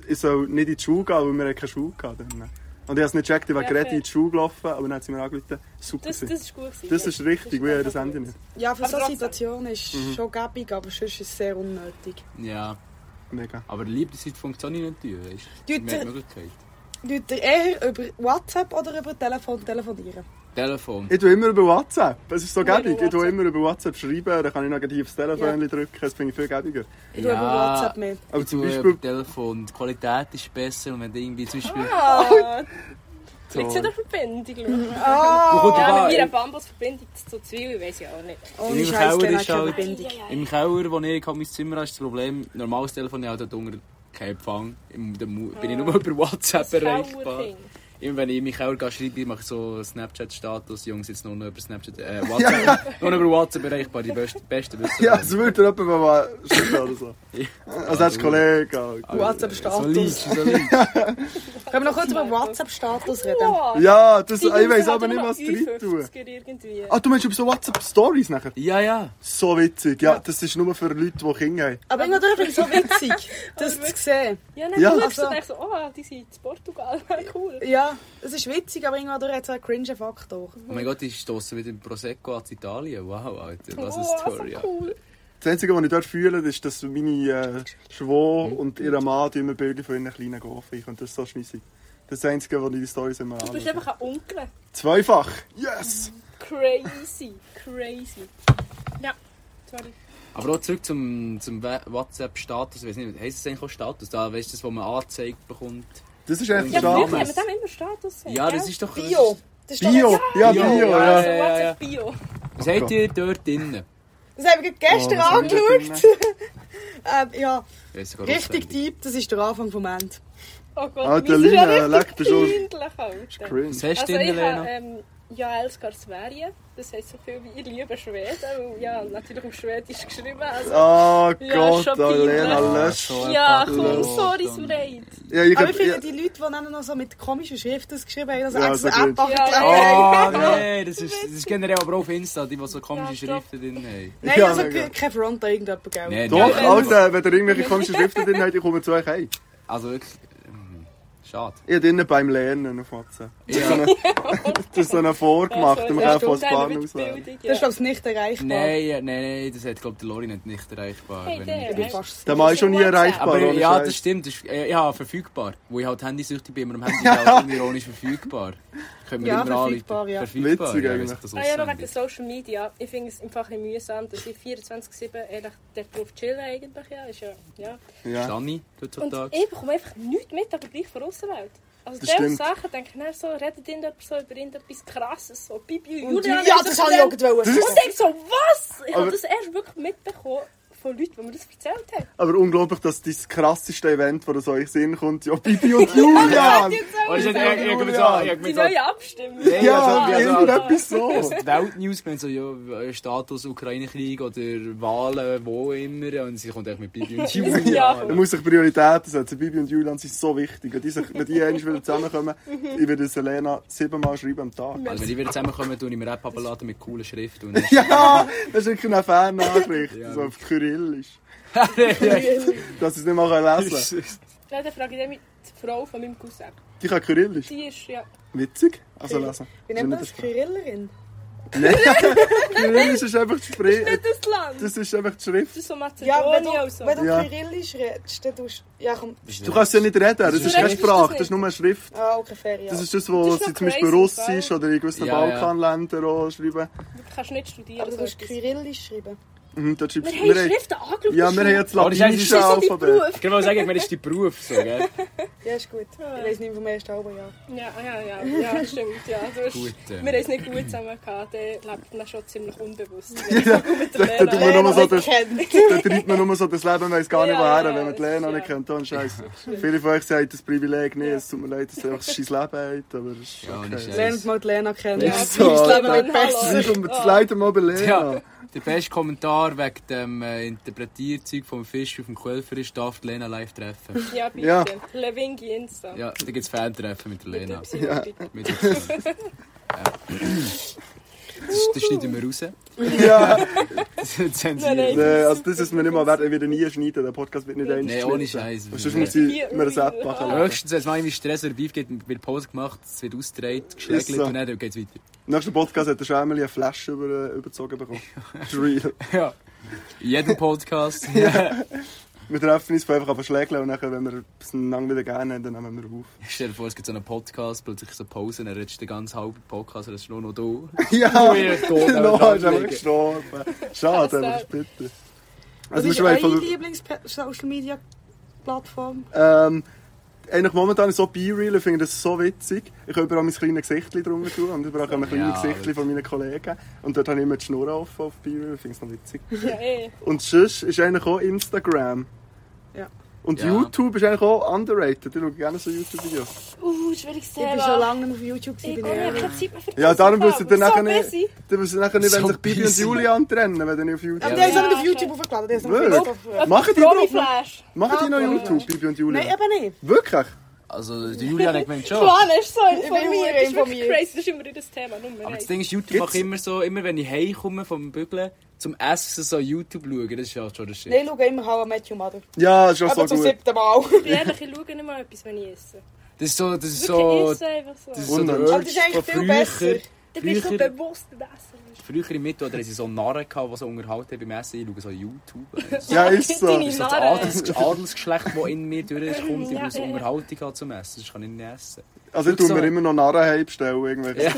Speaker 2: ich soll nicht in die Schule gehen, weil wir haben keine Schule hatten. Und ich habe es nicht gecheckt, ich war
Speaker 4: Ja,
Speaker 2: gerade
Speaker 4: fair.
Speaker 2: in die Schule gelaufen, aber dann hat sie mir angerufen, super.
Speaker 4: Das,
Speaker 2: Das,
Speaker 4: das ist gut gewesen.
Speaker 2: das ist richtig, weil ihr das
Speaker 4: einfach
Speaker 2: Handy
Speaker 4: gut.
Speaker 2: nicht.
Speaker 3: Ja, für
Speaker 4: Aber
Speaker 3: solche
Speaker 4: trotzdem.
Speaker 3: Situationen ist es
Speaker 2: Mhm.
Speaker 3: schon gäbig, aber sonst ist es sehr unnötig.
Speaker 1: Ja,
Speaker 2: Mega.
Speaker 1: aber Liebdeszeit funktioniert natürlich, weißt du?
Speaker 3: Du,
Speaker 1: Mehr
Speaker 3: der-
Speaker 1: Möglichkeit.
Speaker 3: Leute ihr eher über WhatsApp oder über Telefon telefonieren?
Speaker 1: Telefon.
Speaker 2: Ich tue immer über WhatsApp. Es ist so
Speaker 4: Nur
Speaker 2: gäbig.
Speaker 4: über
Speaker 2: Ich tue
Speaker 4: WhatsApp.
Speaker 2: immer über WhatsApp schreiben, dann kann ich noch gleich aufs Telefon drücken. Das finde ich viel gäbiger.
Speaker 3: Ich tue über WhatsApp mehr.
Speaker 2: Aber
Speaker 1: Aber
Speaker 2: zum
Speaker 1: zum
Speaker 2: Beispiel.
Speaker 1: Telefon. Die Qualität ist besser und wenn du irgendwie zum Beispiel...
Speaker 4: Ah,
Speaker 1: so-
Speaker 4: liegt es an der Verbindung?
Speaker 3: Ah,
Speaker 1: Gut,
Speaker 4: Ja,
Speaker 1: aber-
Speaker 4: mit meiner Bambusverbindung zu Zwiebeln weiß ich auch nicht.
Speaker 3: ohne
Speaker 1: Im
Speaker 3: Oh, Scheiß,
Speaker 1: Keller
Speaker 3: dann
Speaker 1: ist
Speaker 3: hast du eine
Speaker 1: halt-
Speaker 3: Verbindung.
Speaker 1: Im Keller, wo ich in mein Zimmer habe, ist das Problem, normales Telefon ich habe dort unter keinen Empfang. Im- da mu- Bin ich nur über WhatsApp
Speaker 4: Das
Speaker 1: erreichbar.
Speaker 4: Kauerding.
Speaker 1: Immer wenn ich in meinen Keller gehe, schreibe ich mache ich so einen Snapchat-Status. Jungs, jetzt nur noch über Snapchat, äh, WhatsApp. nur noch über WhatsApp erreichbar, die best, besten wissen.
Speaker 2: Ja, es würde jemand mal schreiben oder so. Also hast du Kollegen.
Speaker 1: So
Speaker 3: WhatsApp-Status.
Speaker 1: leicht, so leicht.
Speaker 3: Können wir noch kurz über WhatsApp-Status reden?
Speaker 4: Boah,
Speaker 2: Ja, das, ich
Speaker 4: die
Speaker 2: weiß
Speaker 4: Jungs
Speaker 2: aber
Speaker 4: haben
Speaker 2: nicht,
Speaker 4: noch
Speaker 2: was drin tun.
Speaker 4: 50er irgendwie.
Speaker 2: Ah, du meinst über so WhatsApp-Stories nachher?
Speaker 1: Ja, ja.
Speaker 2: So witzig. Ja, das ist nur für Leute, die Kinder haben.
Speaker 3: Aber immer durch so witzig, das zu sehen.
Speaker 4: Ja, nein,
Speaker 2: Ja.
Speaker 4: du schaust
Speaker 3: Also-
Speaker 4: und denkst so, oh, die sind in Portugal, cool.
Speaker 3: Ja, es ist witzig, aber irgendwann durch hat es einen cringe Faktor.
Speaker 1: Oh mein Gott, ich stoße mit dem Prosecco aus Italien. Wow, Alter, was eine
Speaker 4: Oh,
Speaker 1: Story.
Speaker 4: so
Speaker 1: ja.
Speaker 4: cool.
Speaker 2: Das Einzige, was ich dort fühle, ist, dass meine äh, Schwo und ihr Mann die immer Bilder von ihren kleinen Gofen ich Und das ist so schmissig. Das ist das Einzige, wo ich die Storys immer
Speaker 4: Du bist
Speaker 2: anschaue.
Speaker 4: einfach ein Onkel.
Speaker 2: Zweifach! Yes!
Speaker 4: Crazy, crazy. Ja, sorry.
Speaker 1: Aber auch zurück zum, zum We- WhatsApp-Status. Ich weiß nicht, heisst es eigentlich auch Status? Da weißt du, das, wo man angezeigt bekommt.
Speaker 2: Das ist einfach
Speaker 4: Ja,
Speaker 1: Ja,
Speaker 4: aber
Speaker 2: schade.
Speaker 4: wirklich, haben wir dem immer Status sehen,
Speaker 1: Ja, das
Speaker 4: gell?
Speaker 1: ist doch.
Speaker 3: Bio! Das ist doch
Speaker 2: Bio!
Speaker 3: jetzt-
Speaker 2: Ja,
Speaker 1: Bio,
Speaker 2: Bio,
Speaker 1: ja.
Speaker 2: ja. Oh,
Speaker 4: Also WhatsApp Bio.
Speaker 1: Was habt ihr dort drinnen?
Speaker 3: Das haben wir gerade gestern
Speaker 2: Oh, das ist
Speaker 3: angeschaut. ähm, ja,
Speaker 1: Ich weiss sogar
Speaker 3: richtig
Speaker 1: auswendig.
Speaker 3: deep, das ist der Anfang vom Ende.
Speaker 4: Oh Gott,
Speaker 2: Alter,
Speaker 4: wir sind ja
Speaker 2: Lina, leck,
Speaker 4: richtig
Speaker 2: bist du-
Speaker 4: kindlich, Alter.
Speaker 2: Cringe.
Speaker 1: Was hast
Speaker 4: Also
Speaker 1: du drinnen,
Speaker 4: ich
Speaker 1: Lena?
Speaker 4: habe ähm, Jael Sverige. Das heisst so viel wie «Ich liebe Schweden». Weil, ja, natürlich auf Schwedisch geschrieben. Also,
Speaker 2: Oh
Speaker 4: Ja,
Speaker 2: Gott,
Speaker 4: schon
Speaker 2: Alena,
Speaker 4: peinlich.
Speaker 2: lösch.
Speaker 1: so ein
Speaker 4: ja,
Speaker 1: Pappel
Speaker 4: komm,
Speaker 1: und-
Speaker 4: sorry, Sureid.
Speaker 2: Ja, ich
Speaker 3: Aber
Speaker 2: hab,
Speaker 3: ich finde,
Speaker 2: ja,
Speaker 3: die Leute, die dann noch so mit komischen Schriften das geschrieben haben, also
Speaker 2: Ja,
Speaker 3: extra
Speaker 2: so
Speaker 3: App
Speaker 2: gut.
Speaker 3: abgeklärt.
Speaker 1: Oh, nee, das ist, das ist generell aber auch auf Insta, die, die so komische
Speaker 4: Ja, stopp.
Speaker 1: Schriften drin haben.
Speaker 3: Nein,
Speaker 2: Ja,
Speaker 3: also
Speaker 2: mega.
Speaker 3: kein Front an irgendjemanden, gell?
Speaker 1: Nee,
Speaker 2: doch,
Speaker 1: nee,
Speaker 2: Alter, wenn ihr irgendwelche komischen Schriften drin habt, ich komme zu euch heim.
Speaker 1: Also wirklich. mm, Schade.
Speaker 2: Ich habe innen beim Lernen auf WhatsApp.
Speaker 1: Ja.
Speaker 2: Das ist so eine vorgemacht, man kann von Bahn
Speaker 4: mit
Speaker 2: auswählen.
Speaker 4: Bildung,
Speaker 3: Das
Speaker 4: ja.
Speaker 3: ist, glaube ich, nicht erreichbar.
Speaker 1: Nein, ja, nein, nein, das hat, glaube ich, Lori nicht, nicht erreichbar.
Speaker 4: Hey,
Speaker 1: wenn
Speaker 4: der.
Speaker 3: Ich
Speaker 1: ich-
Speaker 3: bin fast
Speaker 2: Der Mann ist schon nie
Speaker 4: WhatsApp.
Speaker 2: erreichbar,
Speaker 1: Aber
Speaker 2: ohne
Speaker 1: ja,
Speaker 2: Scheiß.
Speaker 1: das stimmt. Das ist, äh, ja, verfügbar. Wo ich halt handysüchtig bin, immer am Handy ist halt ironisch verfügbar. Können wir
Speaker 3: Ja,
Speaker 1: immer
Speaker 3: verfügbar,
Speaker 1: anrufen.
Speaker 3: ja.
Speaker 1: Verfügbar,
Speaker 2: Witzig
Speaker 1: ja,
Speaker 2: eigentlich.
Speaker 1: weiss ich das
Speaker 4: Ah ja, noch wegen
Speaker 1: auswendig.
Speaker 4: der Social Media. Ich finde es einfach ein bisschen mühsam, dass ich 24-7 ehrlich darauf chillen eigentlich. Ja, ist ja, ja.
Speaker 2: Ja.
Speaker 1: Stani,
Speaker 4: Und
Speaker 1: heutzutage.
Speaker 4: ich bekomme einfach nichts mit, aber gleich von der Außenwelt. Also
Speaker 2: Das
Speaker 4: diese
Speaker 2: stimmt.
Speaker 4: Sachen denke ich dann so, redet irgendjemand so über irgendetwas krasses, so Bibi
Speaker 3: Und
Speaker 4: und Julia.
Speaker 3: ja, das habe ich auch gewollt.
Speaker 4: Und ich denke so, was? dus Ich
Speaker 2: Aber-
Speaker 4: habe das erst wirklich mitbekommen von Leuten, die mir das erzählt haben.
Speaker 2: Aber unglaublich, dass das krasseste Event, das euch Sinn kommt, ja, Bibi und Julian!
Speaker 3: Oh,
Speaker 4: Oh,
Speaker 1: Oder ist das
Speaker 2: Julian.
Speaker 1: irgendwie so? irgendwie
Speaker 4: Die
Speaker 1: so-
Speaker 4: neue Abstimmung.
Speaker 1: Ja,
Speaker 2: Ja,
Speaker 1: also,
Speaker 2: irgendetwas so.
Speaker 1: Die Weltnews gemeint, so, ja, äh, Status Ukraine-Krieg oder Wahlen, äh, wo immer. Und sie kommt echt mit Bibi und Julia.
Speaker 4: Ja.
Speaker 2: Man muss sich Prioritäten setzen. Bibi und Julian sind so wichtig. Wenn die, sich, wenn die einmal wieder zusammenkommen, ich würde Selena siebenmal schreiben am Tag.
Speaker 1: Also, wenn die wieder zusammenkommen, tue ich mir App abladen mit coolen Schriften. Und dann-
Speaker 2: Ja, das ist wirklich eine Fan-Nachricht. So auf Kyrillisch. Dass ich es nicht mal lesen kann.
Speaker 4: Ja, dann frage ich dann mit die Frau von meinem Cousin.
Speaker 2: Die kann Kyrillisch.
Speaker 4: Die ist ja
Speaker 2: Witzig. Also lesen.
Speaker 3: Wie nennt man das? Kyrillerin?
Speaker 2: Nein, Kyrillisch ist einfach die Spre
Speaker 4: Nicht das Land! Das
Speaker 2: Das ist einfach die Schrift.
Speaker 4: ist so
Speaker 3: dus- Ja, wenn du,
Speaker 4: Mazedonien und so.
Speaker 3: wenn du
Speaker 2: Ja.
Speaker 3: Kyrillisch dus redest, dann tust du... Ja, komm.
Speaker 2: Du kannst ja nicht reden, das ist keine
Speaker 4: Schrift ist das
Speaker 2: Sprache,
Speaker 4: nicht.
Speaker 2: das ist nur eine Schrift.
Speaker 3: Ah, okay, fair, ja.
Speaker 2: Das ist das, was
Speaker 4: Das ist
Speaker 2: sie
Speaker 4: noch
Speaker 2: zum Beispiel
Speaker 4: crazy,
Speaker 2: Russisch
Speaker 4: gell?
Speaker 2: oder in gewissen
Speaker 1: Ja, ja.
Speaker 2: Balkanländern auch schreiben.
Speaker 4: Du kannst nicht studieren.
Speaker 3: Aber du
Speaker 4: so
Speaker 3: musst
Speaker 4: etwas.
Speaker 3: Kyrillisch schreiben.
Speaker 2: Mhm, da schreibst
Speaker 4: wir
Speaker 2: du-
Speaker 4: haben Schriften angeschaut.
Speaker 2: Ja, wir haben jetzt
Speaker 1: Aber das ist eigentlich-
Speaker 2: latinische
Speaker 1: das
Speaker 4: ist so dein
Speaker 2: Alphabet.
Speaker 4: Beruf.
Speaker 1: Ich wollte sagen, ich meine, das ist dein Beruf. So, gell?
Speaker 3: Ja, ist gut. Ich weiss nicht mehr vom ersten halben Jahr.
Speaker 4: Ja, ja, ja, ja, stimmt. Ja. Also, Du hast,
Speaker 1: Gut,
Speaker 4: Wir
Speaker 1: ähm.
Speaker 4: haben es nicht gut zusammen gehabt, dann lebt man schon ziemlich unbewusst.
Speaker 2: Da da tut man nur so das...
Speaker 3: kennt.
Speaker 2: Da treibt man nur so das Leben, weiss gar nicht
Speaker 4: Ja, ja,
Speaker 2: woher,
Speaker 4: ja,
Speaker 2: wenn man die Lehre
Speaker 4: das
Speaker 2: noch
Speaker 4: ist
Speaker 2: nicht
Speaker 4: ja.
Speaker 2: kennt. Oh, Scheiße. Viele von euch sagen das Privileg nicht,
Speaker 4: Ja.
Speaker 2: es tut mir leid, dass es einfach scheiß Leben hat, aber es ist
Speaker 1: Ja, und
Speaker 2: okay.
Speaker 1: ist-
Speaker 3: Lernt mal die Lena kennen.
Speaker 4: Ja,
Speaker 3: Ja,
Speaker 4: das
Speaker 2: so,
Speaker 4: ist
Speaker 2: Alter.
Speaker 4: Leben nicht besser.
Speaker 2: Sieh, um das Leiden mal belehren.
Speaker 1: Ja, der beste Kommentar wegen dem äh, Interpretierzeug vom Fisch auf dem Quellfer ist, darf die Lena live treffen.
Speaker 4: Ja, bitte.
Speaker 2: Ja.
Speaker 4: Levingi Insta.
Speaker 1: Ja, da gibt es Fantreffen mit der
Speaker 4: Mit
Speaker 1: Lena.
Speaker 4: Y,
Speaker 2: Ja.
Speaker 4: bitte.
Speaker 1: Mit der ja. Das, das schneiden wir raus.
Speaker 2: ja.
Speaker 1: Das zensieren wir.
Speaker 4: Nein,
Speaker 2: Nee, also das ist mir nicht mal wert, ich werde nie schneiden, der Podcast wird nicht
Speaker 4: Nein,
Speaker 2: einst
Speaker 1: ohne Scheiß.
Speaker 2: Scheiß. Sonst muss ich mir eine App machen. lassen.
Speaker 4: Ja.
Speaker 1: Höchstens, wenn es mal irgendwie Stress oder Beef gibt, wird Pause gemacht, es wird ausgedreht, geschlägt
Speaker 2: so.
Speaker 1: und dann geht es weiter.
Speaker 2: Im nächsten Podcast hat der Schämeli eine Flasche über, äh, überzogen bekommen. Das ist real.
Speaker 1: Ja. In jedem Podcast.
Speaker 2: Wir treffen uns einfach aber schlägeln und dann, wenn wir ein bisschen lang wieder gerne haben, dann nehmen wir auf.
Speaker 1: Stell dir vor, es gibt so einen Podcast, plötzlich so Pause, dann redest du den ganzen halben Podcast, dann ist nur noch du.
Speaker 2: Ja,
Speaker 1: Weird, tot,
Speaker 2: genau,
Speaker 1: aber
Speaker 2: ist einfach
Speaker 1: dran
Speaker 2: gestorben. Schade, aber das ist bitter. Also, wir
Speaker 3: ist
Speaker 2: schweifen
Speaker 3: eure
Speaker 2: von-
Speaker 3: Lieblings-Social-Media-Plattform?
Speaker 2: Ähm, eigentlich momentan so B-Real, ich finde das so witzig. Ich kann überall mein kleines Gesicht drunter tun und überall kommen kleine
Speaker 1: Ja,
Speaker 2: Gesichter von meinen Kollegen. Und dort habe ich immer die Schnur offen auf B-Real, ich finde es noch witzig.
Speaker 4: Ja, eh.
Speaker 2: Und sonst ist eigentlich auch Instagram.
Speaker 3: Ja.
Speaker 2: Und
Speaker 1: Ja.
Speaker 2: YouTube ist eigentlich auch underrated. Ich schaue gerne so YouTube-Videos.
Speaker 4: Uh, schwieriges
Speaker 3: Ich
Speaker 4: Thema.
Speaker 3: bin schon lange nicht auf YouTube.
Speaker 4: Ich
Speaker 3: gewesen,
Speaker 4: habe
Speaker 3: bin ehrlich.
Speaker 4: keine Zeit mehr für
Speaker 2: Ja,
Speaker 4: das
Speaker 2: darum
Speaker 4: Fall.
Speaker 2: müsst ihr dann
Speaker 4: So
Speaker 2: nachher nicht-
Speaker 4: busy.
Speaker 2: Dann müssen nachher nicht, wenn
Speaker 1: So
Speaker 2: sich Bibi und
Speaker 1: busy.
Speaker 2: Julian trennen, wenn ich auf
Speaker 3: Aber
Speaker 2: YouTube...
Speaker 3: der ist auch
Speaker 4: Ja,
Speaker 3: nicht auf
Speaker 4: stimmt.
Speaker 3: YouTube hochgeladen. Der ist
Speaker 2: Wirklich?
Speaker 3: nicht auf Facebook.
Speaker 2: Machen die noch,
Speaker 4: Promi-Flash.
Speaker 2: machen die noch YouTube, Bibi und Julian?
Speaker 3: Nein, eben nicht.
Speaker 2: Wirklich?
Speaker 1: Also, der Julian hat gemeint schon.
Speaker 4: Plan ist so
Speaker 3: bin
Speaker 4: informiert. Das ist wirklich
Speaker 3: informiert.
Speaker 4: crazy. Das ist immer das Thema. Nummer
Speaker 1: Aber das
Speaker 4: eins.
Speaker 1: Ding ist, YouTube macht immer so, immer wenn ich heimkomme vom Bügeln, zum Essen so YouTube schauen, das ist halt schon der Shit.
Speaker 3: Nein, ich schaue immer How I Met Your Mother.
Speaker 2: Ja, ist auch
Speaker 3: Aber
Speaker 2: so
Speaker 3: zum
Speaker 2: gut.
Speaker 3: siebten Mal.
Speaker 4: Ich bin ehrlich, ich schaue nicht mal etwas, wenn ich esse.
Speaker 1: Das ist so, das ist
Speaker 4: Wirklich,
Speaker 1: so,
Speaker 4: ich esse einfach so.
Speaker 1: das ist so
Speaker 2: Und-
Speaker 1: der
Speaker 2: Aber
Speaker 3: das ist
Speaker 1: Urge
Speaker 3: eigentlich
Speaker 1: von
Speaker 3: viel
Speaker 1: früher.
Speaker 3: besser.
Speaker 4: Da bin ich so
Speaker 1: Früher,
Speaker 4: bewusst am Essen. ist.
Speaker 1: früher im Mittelalter hatten sie so Narren, gehabt, die so unterhalten beim Essen. Ich schaue so YouTube. Das
Speaker 2: Ja, ist so.
Speaker 4: Deine
Speaker 1: ist so das
Speaker 4: Narren.
Speaker 1: Adels, Adelsgeschlecht, das in mir durchkommt, ich
Speaker 4: Ja,
Speaker 1: muss
Speaker 4: ja, ja.
Speaker 1: Unterhaltung haben zum Essen. Das kann ich nicht essen.
Speaker 2: Also ich tue
Speaker 1: So-
Speaker 2: mir immer noch Narren heimstellen, irgendwelche.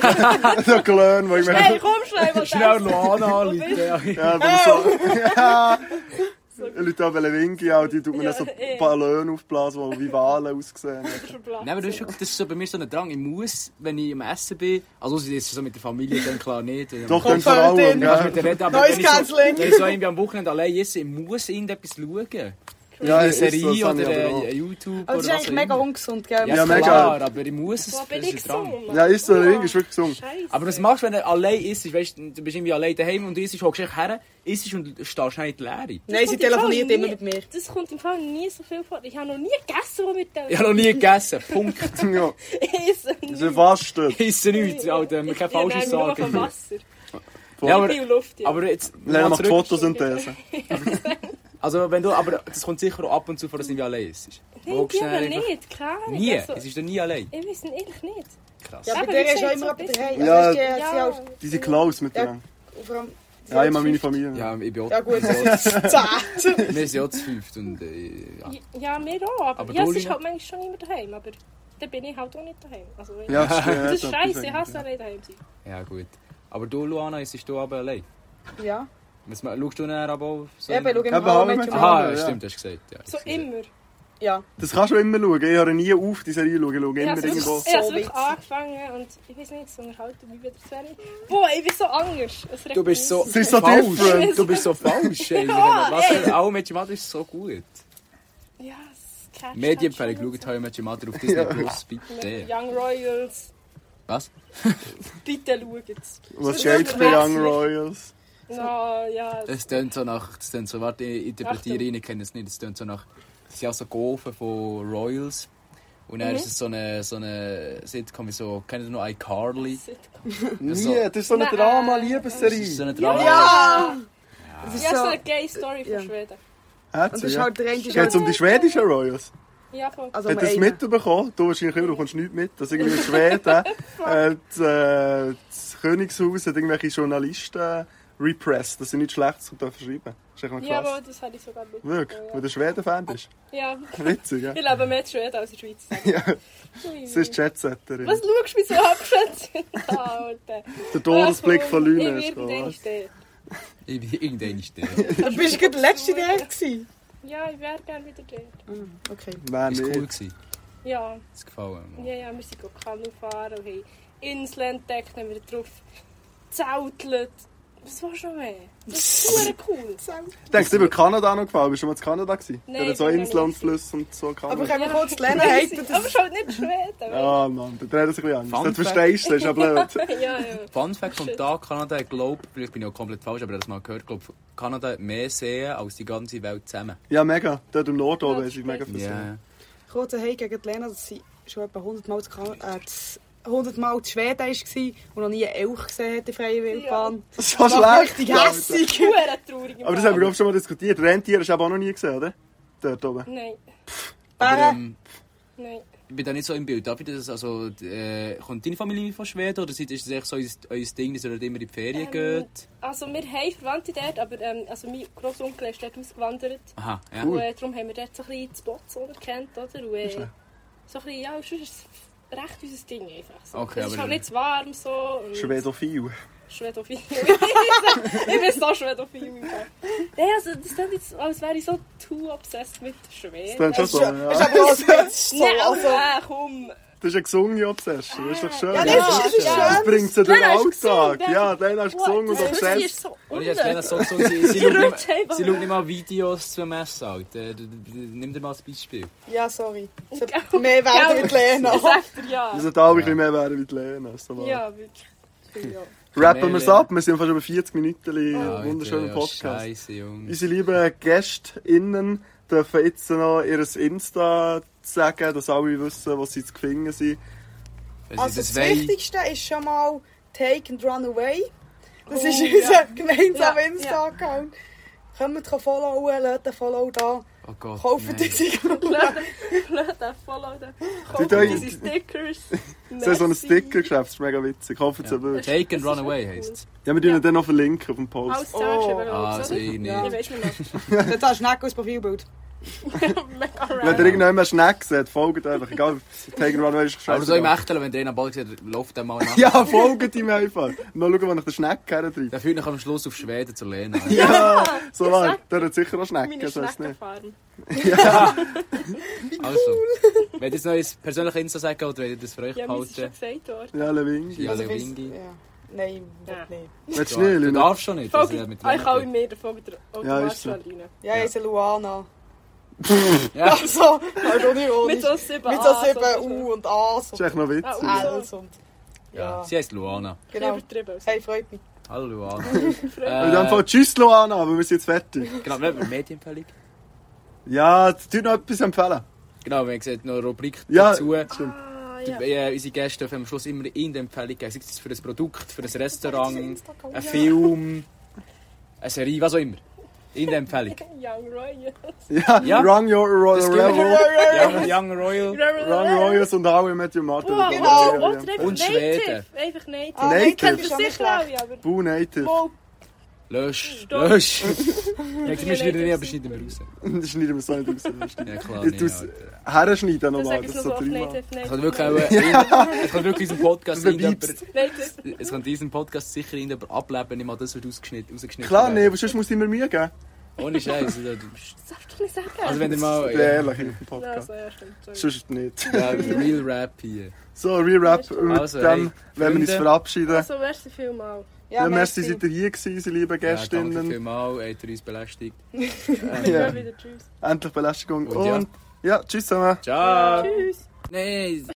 Speaker 2: so Klönen, wo ich mir...
Speaker 4: Hey, komm schnell, was
Speaker 1: Schnell
Speaker 4: essen.
Speaker 1: Luana anrufen.
Speaker 2: Ja, aber so... ja. Leute haben Winki, auch, die tut mir
Speaker 4: Ja,
Speaker 2: dann so
Speaker 4: eh.
Speaker 2: Ballon aufblasen, die wie Wahlen aussehen.
Speaker 1: Nein, aber das ist, schon- das ist so bei mir so ein Drang. Ich muss, wenn ich am Essen bin, also es ist so mit der Familie dann klar nicht.
Speaker 2: Doch,
Speaker 1: dann
Speaker 2: dann vor allem,
Speaker 1: kannst
Speaker 3: Konstantin.
Speaker 1: du
Speaker 2: gell?
Speaker 1: mit der Rede, aber
Speaker 3: Noise
Speaker 1: wenn ich so,
Speaker 3: Cancelling.
Speaker 1: wenn ich so irgendwie am Wochenende allein esse, ich muss irgendetwas schauen.
Speaker 2: Ja,
Speaker 1: eine
Speaker 2: es ist
Speaker 1: Serie
Speaker 2: so, das habe
Speaker 1: oder
Speaker 2: ich aber auch.
Speaker 1: äh, YouTube
Speaker 3: Aber das
Speaker 1: oder
Speaker 3: ist
Speaker 1: was
Speaker 3: eigentlich
Speaker 1: auch
Speaker 3: mega
Speaker 1: immer.
Speaker 3: ungesund, gell?
Speaker 1: Ja,
Speaker 2: Ja, mega.
Speaker 1: klar, aber ich muss es.
Speaker 4: Wo
Speaker 1: Das
Speaker 4: bin ich
Speaker 1: ist ein Drang.
Speaker 4: gesungen?
Speaker 2: Ja, ist so, der Ring ist wirklich gesund.
Speaker 4: Scheiße.
Speaker 1: Aber was machst du, wenn du allein isst? Weißt, du du bist irgendwie allein daheim und du isst, hockst dich her, isst und stehst nicht in die Leere.
Speaker 3: Nein, sie
Speaker 4: kommt im Fall
Speaker 3: telefoniert
Speaker 4: nie-
Speaker 3: immer mit mir.
Speaker 4: Das kommt im Fall nie so viel vor. Ich habe noch nie gegessen, wo mit dem
Speaker 1: Ich habe noch nie gegessen. Punkt.
Speaker 2: Ja,
Speaker 4: Essen.
Speaker 2: das ist fast
Speaker 1: Ich esse nichts, Alter. Wir können falsches
Speaker 4: Ich nehme nur
Speaker 1: sagen.
Speaker 4: noch Wasser.
Speaker 1: Ja, aber,
Speaker 4: Viel Luft, ja.
Speaker 1: aber jetzt...
Speaker 2: Lena
Speaker 1: mal
Speaker 2: macht
Speaker 1: zurück.
Speaker 2: Fotosynthese.
Speaker 1: Also wenn du, aber das kommt sicher auch ab und zu vor, dass du irgendwie allein isst.
Speaker 4: Nein,
Speaker 1: Hockst
Speaker 4: die aber
Speaker 1: schnell einfach-
Speaker 4: nicht. Keine Ahnung.
Speaker 1: Nie.
Speaker 4: Also,
Speaker 1: Es ist doch nie allein.
Speaker 4: ich weiß nicht, ehrlich nicht.
Speaker 1: Krass.
Speaker 3: Ja, bei
Speaker 4: Aber wir
Speaker 3: der ist
Speaker 4: sind
Speaker 3: ja
Speaker 4: so
Speaker 3: immer ab
Speaker 4: busy.
Speaker 3: der Heim.
Speaker 2: Ja.
Speaker 3: Also, die hat sie auch-
Speaker 2: Die sind close miteinander.
Speaker 3: Und vor allem- sie
Speaker 2: Ja,
Speaker 3: hat
Speaker 2: immer meine
Speaker 3: fünf-
Speaker 2: Familie.
Speaker 1: Ja, ich bin auch,
Speaker 3: Ja, gut. Zehn.
Speaker 1: wir sind auch zu fünft und äh, ja.
Speaker 4: Ja, mir auch. Aber,
Speaker 1: Aber
Speaker 4: ja,
Speaker 1: du,
Speaker 4: es ist
Speaker 1: Lina?
Speaker 4: halt manchmal schon immer daheim. Aber dann bin ich halt auch nicht daheim. Also, wenn-
Speaker 2: Ja, das
Speaker 4: Das ist
Speaker 2: stimmt,
Speaker 4: scheiße, ich hasse
Speaker 2: ja.
Speaker 4: allein daheim zu sein.
Speaker 1: ja gut. Aber du, Luana, isst du aber allein?
Speaker 3: Ja.
Speaker 1: Was, ma- schaust du näher aber auf so...
Speaker 3: Eben, schau
Speaker 2: Ja,
Speaker 3: immer
Speaker 2: aber
Speaker 3: How
Speaker 2: How
Speaker 3: I
Speaker 2: I
Speaker 3: Met
Speaker 2: Met
Speaker 3: Your Mother.
Speaker 1: Aha,
Speaker 2: Ja.
Speaker 1: stimmt, hast du gesagt. Ja,
Speaker 4: So
Speaker 1: ich-
Speaker 4: immer.
Speaker 3: Ja.
Speaker 2: Das kannst du immer schauen. Ich höre nie auf, die Serie zu schauen. Ich schaue
Speaker 4: Ich
Speaker 2: immer
Speaker 4: habe
Speaker 2: irgendwo.
Speaker 4: es wirklich angefangen und ich weiß nicht, so unterhalten mich wieder zu wenig. Boah, ich bin so anders. Es regt
Speaker 1: Du bist
Speaker 4: mich
Speaker 1: so,
Speaker 4: auf.
Speaker 2: Sie ist so
Speaker 1: falsch.
Speaker 2: different.
Speaker 1: Du bist so falsch. ey.
Speaker 4: Ja,
Speaker 1: Was
Speaker 4: ey.
Speaker 1: auch Match Mother ist so gut.
Speaker 4: Ja, es catcht
Speaker 1: Medienempfehlung,
Speaker 4: halt
Speaker 1: schaut How I Met Your Mother auf Disney Plus,
Speaker 4: schon.
Speaker 1: bitte.
Speaker 4: Young Royals,
Speaker 1: Was?
Speaker 4: bitte schaut's.
Speaker 2: Was geht für Young Royals?
Speaker 4: No, ja.
Speaker 1: Es tönt so nach, das tönt so, warte, ich interpretiere
Speaker 4: Achtung.
Speaker 1: ihn, ich kenne es nicht, es tönt so nach, es sind auch so Golfen von Royals. Und dann
Speaker 4: Mhm.
Speaker 1: ist es so eine, so eine Sitcom, wie so, kennt ihr noch iCarly?
Speaker 4: Sitcom.
Speaker 2: Nie, das ist so eine
Speaker 4: Nein.
Speaker 1: Das ist so
Speaker 2: Drama-Liebesserie.
Speaker 1: eine Drama.
Speaker 3: Ja! Das
Speaker 4: Ja,
Speaker 3: ist
Speaker 4: so
Speaker 3: so.
Speaker 4: eine gay Story von
Speaker 3: Ja.
Speaker 4: Schweden.
Speaker 3: Und das ist halt der
Speaker 2: Geht es
Speaker 3: einzige.
Speaker 2: um die schwedischen Royals?
Speaker 4: Ja, voll.
Speaker 3: Also
Speaker 2: Hat
Speaker 3: nur
Speaker 2: das
Speaker 3: einen.
Speaker 2: mitbekommen? Du wahrscheinlich immer, du kommst nicht mit. Dass irgendwie in Schweden äh, das, äh, das Königshaus hat irgendwelche Journalisten repressed, dass sie nichts Schlechtes dürfen schreiben. Das ist echt
Speaker 4: Ja,
Speaker 2: mal
Speaker 4: aber
Speaker 2: krass.
Speaker 4: das habe ich sogar mit.
Speaker 2: Wirklich, weil du Schweden-Fan bist.
Speaker 4: Ja,
Speaker 2: Witzig, ja.
Speaker 4: ich lebe mehr in Schweden als in der Schweiz.
Speaker 2: ja.
Speaker 4: Ui.
Speaker 2: Sie ist Jetsetterin.
Speaker 4: Was schaust du mich so abschätzen? Alter. Ah,
Speaker 2: Der Todesblick
Speaker 4: Oh,
Speaker 2: von Lüne ist
Speaker 4: Ich werde
Speaker 2: gekommen.
Speaker 4: irgendwann stehen.
Speaker 1: Irgendein ist der. Ist
Speaker 3: Du bist gerade letzte Jahr gewesen.
Speaker 4: Ja, ich wäre gerne wieder dort.
Speaker 3: Okay.
Speaker 2: Wer
Speaker 1: es cool
Speaker 2: nicht?
Speaker 1: gewesen.
Speaker 4: Ja,
Speaker 1: Hat es gefallen.
Speaker 4: ja, ja, wir sind go Kanu fahren und haben Inseln entdeckt, haben wieder drauf gezeltet. Was willst du noch mehr? Das ist super cool.
Speaker 2: Denkst du über Kanada noch gefallen? Bist du mal in Kanada gewesen?
Speaker 4: Nein,
Speaker 2: Oder so
Speaker 4: ich bin noch
Speaker 2: Inseln und
Speaker 4: nicht.
Speaker 2: Flüsse und so
Speaker 3: Aber
Speaker 2: Kanada.
Speaker 3: können wir kurz lernen, hatet
Speaker 4: Aber es ist halt nicht Schweden. Ja.
Speaker 2: Ah, Mann, da dreht er sich ein bisschen
Speaker 1: Fun
Speaker 2: anders. Das
Speaker 1: Fact.
Speaker 2: verstehst du, das ist ja blöd.
Speaker 4: ja, ja.
Speaker 1: Fun Fact vom
Speaker 4: Shit.
Speaker 1: Tag: Kanada hat, glaub, vielleicht bin ich auch komplett falsch, aber ich habe das mal gehört, glaub, Kanada hat mehr Seen als die ganze Welt zusammen. Also,
Speaker 2: Ja, mega. Dort im Norden oben
Speaker 4: Ja,
Speaker 2: ist mega viel
Speaker 1: Ja.
Speaker 3: Kurzer Hey gegen die Lena, dass sie schon etwa 100 Mal, zu Kan- äh, zu- 100 Mal in Schweden war und noch nie einen Elch gesehen hat in freier Wildbahn.
Speaker 2: Das ist so
Speaker 3: Das macht
Speaker 2: schlecht.
Speaker 3: richtig
Speaker 2: Alter.
Speaker 3: hässig.
Speaker 4: Hure traurig. im
Speaker 2: Aber das
Speaker 4: Bad.
Speaker 2: haben wir, glaube ich, schon mal diskutiert. Rentier hast du aber auch noch nie gesehen, oder? Dort oben.
Speaker 4: Nein,
Speaker 2: Ah.
Speaker 1: Aber,
Speaker 3: Bären.
Speaker 1: ähm,
Speaker 4: nein.
Speaker 1: ich bin da nicht so im Bild. Darf ich das, also, äh, kommt deine Familie von Schweden oder seid- ist das echt so euer, euer Ding, dass ihr dort immer in die Ferien
Speaker 4: Ähm,
Speaker 1: geht?
Speaker 4: Also wir haben Verwandte dort, aber ähm, also mein Großonkel ist dort ausgewandert.
Speaker 1: Aha, ja.
Speaker 2: Cool.
Speaker 4: Und äh, darum haben wir dort so ein bisschen das Botswana kennt, oder? Und, äh,
Speaker 2: Ist
Speaker 4: so
Speaker 2: ja.
Speaker 4: ein bisschen, ja, und sonst ist es recht unser Ding einfach. So.
Speaker 1: Okay,
Speaker 4: es ist
Speaker 1: aber-
Speaker 4: halt nicht zu warm so.
Speaker 2: Dus
Speaker 4: und
Speaker 2: Schwedophil.
Speaker 4: Schwedophil. ich bin so Schwedophil. im Fall. Nein, also das klingt jetzt, als wäre ich so too obsessed mit
Speaker 2: Das
Speaker 4: Schweden.
Speaker 2: klingt schon so, ja.
Speaker 3: aber auch so.
Speaker 4: Nein, also, äh, komm.
Speaker 2: Das ist eine gesungene Obsession. Das ist doch schön.
Speaker 3: Ja, das ist- das ist
Speaker 2: Das
Speaker 3: schön.
Speaker 2: bringt sie durch den
Speaker 4: Nein, hast du
Speaker 2: Alltag.
Speaker 4: gesungen,
Speaker 2: Ja, dann hast du gesungen und
Speaker 4: Wow, das Schwedi
Speaker 2: obsessed.
Speaker 4: ist so
Speaker 1: Oder ich habe
Speaker 4: unnötig.
Speaker 1: gelernt, so, so, sie, sie, schaut
Speaker 4: rutscht
Speaker 1: nicht,
Speaker 4: einfach.
Speaker 1: sie schaut nicht mal Videos zum Essen. Alter. D- d- d- Nimm dir mal ein Beispiel.
Speaker 3: Ja, sorry. Es hat
Speaker 4: Gell?
Speaker 3: Mehr werden
Speaker 4: Gell?
Speaker 3: mit Lena.
Speaker 4: Ich sag dir
Speaker 2: Wir
Speaker 4: ja.
Speaker 2: sollten alle ein bisschen mehr werden wie die Lena. So wahr.
Speaker 4: Ja, wirklich.
Speaker 2: Rappen wir es
Speaker 1: Lena.
Speaker 2: ab. Wir sind fast über 40 Minuten.
Speaker 1: Alter,
Speaker 2: Wunderschöner
Speaker 1: Ah, ja,
Speaker 2: Podcast.
Speaker 1: Scheiße, Junge.
Speaker 2: Unsere lieben GästInnen dürfen jetzt noch ihr Insta sagen, dass alle wissen, was sie zu finden sind.
Speaker 1: Wenn sie
Speaker 3: Also
Speaker 1: das
Speaker 3: das
Speaker 1: wollen-
Speaker 3: Wichtigste ist schon mal Take and Run Away. Dus Das
Speaker 4: Oh,
Speaker 3: ist
Speaker 4: ja.
Speaker 3: unser gemeinsamer
Speaker 4: Ja,
Speaker 3: Insta-Account. Können wir dich followen, lasst den Follow da.
Speaker 1: Oh Gott,
Speaker 3: Kaufen
Speaker 1: nein.
Speaker 3: unsere Gruppe.
Speaker 4: Lass den Follow, den
Speaker 2: Die
Speaker 4: Kauf
Speaker 2: da-
Speaker 4: diese Stickers.
Speaker 2: Es ist so ein
Speaker 4: Merci.
Speaker 2: Sticker-Geschäft, das ist mega witzig. Kaufen sie wirklich.
Speaker 1: Take and
Speaker 4: Das ist
Speaker 1: Run Away
Speaker 4: echt cool.
Speaker 1: heisst es.
Speaker 2: Ja, wir tun
Speaker 4: Ja.
Speaker 2: ihn dann noch verlinken auf dem Post.
Speaker 4: Alles zusammengeschrieben,
Speaker 3: Oh.
Speaker 4: glaub ich,
Speaker 1: Ah,
Speaker 4: oder?
Speaker 1: so ich nicht.
Speaker 4: Ich weiß nicht
Speaker 3: Jetzt hast du Nico als Profilbild.
Speaker 4: mehr.
Speaker 2: Wenn ihr
Speaker 4: Alright.
Speaker 2: irgendjemand einen Snack seht, folgt einfach. Egal, Tiger Run ist gescheit.
Speaker 1: Aber so im Echtel, wenn der einen am Ball sieht, läuft der mal nach.
Speaker 2: Ja, folgt ihm einfach. Mal schauen, wo ich den Snack hertreibe.
Speaker 1: Der führt mich am Schluss auf Schweden zu Lena.
Speaker 2: Ja, so lang. Der hat sicher auch Schnecken,
Speaker 4: Meine
Speaker 2: das heisst nicht.
Speaker 4: Schneckenfarm.
Speaker 1: Also, wenn ihr jetzt noch ein persönliches Insta sagen oder wenn ihr das für euch
Speaker 4: Ja, mir ist schon
Speaker 1: behalten?
Speaker 4: gesagt worden.
Speaker 2: Ja, Lewingi.
Speaker 1: Ja,
Speaker 3: Also, ich weiss-
Speaker 1: Lewingi.
Speaker 3: ja. Nein,
Speaker 4: Ja.
Speaker 3: nicht.
Speaker 2: Willst du
Speaker 1: Du
Speaker 2: nicht, Lina?
Speaker 1: darfst schon nicht.
Speaker 4: Folgt Ah,
Speaker 1: also mit
Speaker 4: euch alle
Speaker 1: Lena.
Speaker 4: mehr, dann folgt ihr
Speaker 2: Ja, ist
Speaker 4: automatisch
Speaker 2: so.
Speaker 4: rein.
Speaker 3: Ja, ich bin Luana.
Speaker 1: Ja,
Speaker 3: Also, also nicht
Speaker 4: Mit
Speaker 3: ironisch.
Speaker 4: so 7
Speaker 3: Mit so 7 U und A
Speaker 2: Das
Speaker 3: und
Speaker 2: ist echt noch witzig.
Speaker 4: Ah,
Speaker 2: Ja,
Speaker 3: Ls und... Ja,
Speaker 1: sie heisst Luana.
Speaker 3: genau.
Speaker 4: Übertrieben.
Speaker 3: Hey, freut mich.
Speaker 1: Hallo Luana. Äh,
Speaker 2: In dem Fall, tschüss, Luana, aber wir sind jetzt fertig.
Speaker 1: Genau, wir haben Medienempfehlung.
Speaker 2: Ja, tu noch etwas empfehlen.
Speaker 1: Genau, wir sehen noch eine Rubrik
Speaker 2: Ja,
Speaker 1: dazu.
Speaker 4: Ah,
Speaker 1: Die,
Speaker 4: ja.
Speaker 1: äh, unsere Gäste dürfen am Schluss immer irgendeine Empfehlung geben. Sei es für ein Produkt, für ein Restaurant,
Speaker 3: Instagram.
Speaker 1: ein Film, eine Serie, was auch immer. Irgendeine Empfehlung.
Speaker 4: Young Royal.
Speaker 2: Ja,
Speaker 1: Ja.
Speaker 2: Run Your
Speaker 1: Das
Speaker 2: Royal
Speaker 1: tun wir.
Speaker 2: Rebel.
Speaker 1: Young, Young Royal
Speaker 2: Run Royals und How I Met Your Mother.
Speaker 3: Genau.
Speaker 4: Wow,
Speaker 2: Ja, ja.
Speaker 4: oder einfach
Speaker 1: Und Schweden.
Speaker 4: Native. Einfach
Speaker 3: Ah,
Speaker 4: Native.
Speaker 2: Nein,
Speaker 3: nein,
Speaker 2: das
Speaker 3: kennt
Speaker 4: Das
Speaker 3: ihr
Speaker 4: ist
Speaker 3: schon nicht
Speaker 4: sicher
Speaker 3: schlecht.
Speaker 4: alle, aber...
Speaker 2: Boo Native.
Speaker 4: Wow,
Speaker 1: lösch,
Speaker 4: Stopp.
Speaker 1: lösch. Ja, du musst wieder nicht, aber schneiden wir raus.
Speaker 2: Das schneiden wir so nicht raus. das stimmt.
Speaker 1: Ja, klar.
Speaker 2: Ich
Speaker 1: Ah, Nee,
Speaker 2: tue es
Speaker 1: Alter.
Speaker 2: herschneiden
Speaker 4: dann
Speaker 2: nochmal.
Speaker 4: sag
Speaker 2: Das
Speaker 4: ich
Speaker 2: ist
Speaker 4: es
Speaker 2: so
Speaker 4: nur so oft
Speaker 2: dreimal.
Speaker 4: Native,
Speaker 1: Es
Speaker 4: Native.
Speaker 1: kann wirklich auch, äh, es kann wirklich diesen Podcast
Speaker 2: Das
Speaker 1: irgendjemand-
Speaker 2: bepiepst.
Speaker 4: Native.
Speaker 1: Es kann diesen Podcast sicher irgendjemand ableben, nicht mal das wird ausgeschnitten, rausgeschnitten.
Speaker 2: Klar, nee,
Speaker 1: werden.
Speaker 2: aber sonst muss ich mir Mühe geben.
Speaker 1: Ohne Scheiß. Also,
Speaker 4: Das darfst du doch nicht sagen.
Speaker 1: also wenn ihr
Speaker 2: Ja,
Speaker 1: mal. Ja,
Speaker 2: ehrlich, im
Speaker 4: Ja,
Speaker 2: Podcast.
Speaker 4: so, ja, stimmt. sorry.
Speaker 2: Sonst nicht.
Speaker 1: ja, Real Rap hier.
Speaker 2: So, Re-Rap mit
Speaker 1: Also, hey,
Speaker 2: dem, wenn wir uns
Speaker 1: Freunde.
Speaker 2: verabschieden.
Speaker 4: Also, merci vielmals.
Speaker 2: Ja, merci, seid ihr hier gewesen, unsere lieben
Speaker 1: Ja, danke
Speaker 2: Gästinnen.
Speaker 1: vielmals, habt ihr uns belästigt.
Speaker 4: Ich
Speaker 2: Ja.
Speaker 4: höre wieder. Tschüss.
Speaker 2: Endlich Belästigung.
Speaker 1: Und ja. Ah.
Speaker 2: Und ja, tschüss zusammen.
Speaker 1: Ciao!
Speaker 4: Tschüss.
Speaker 1: Nee,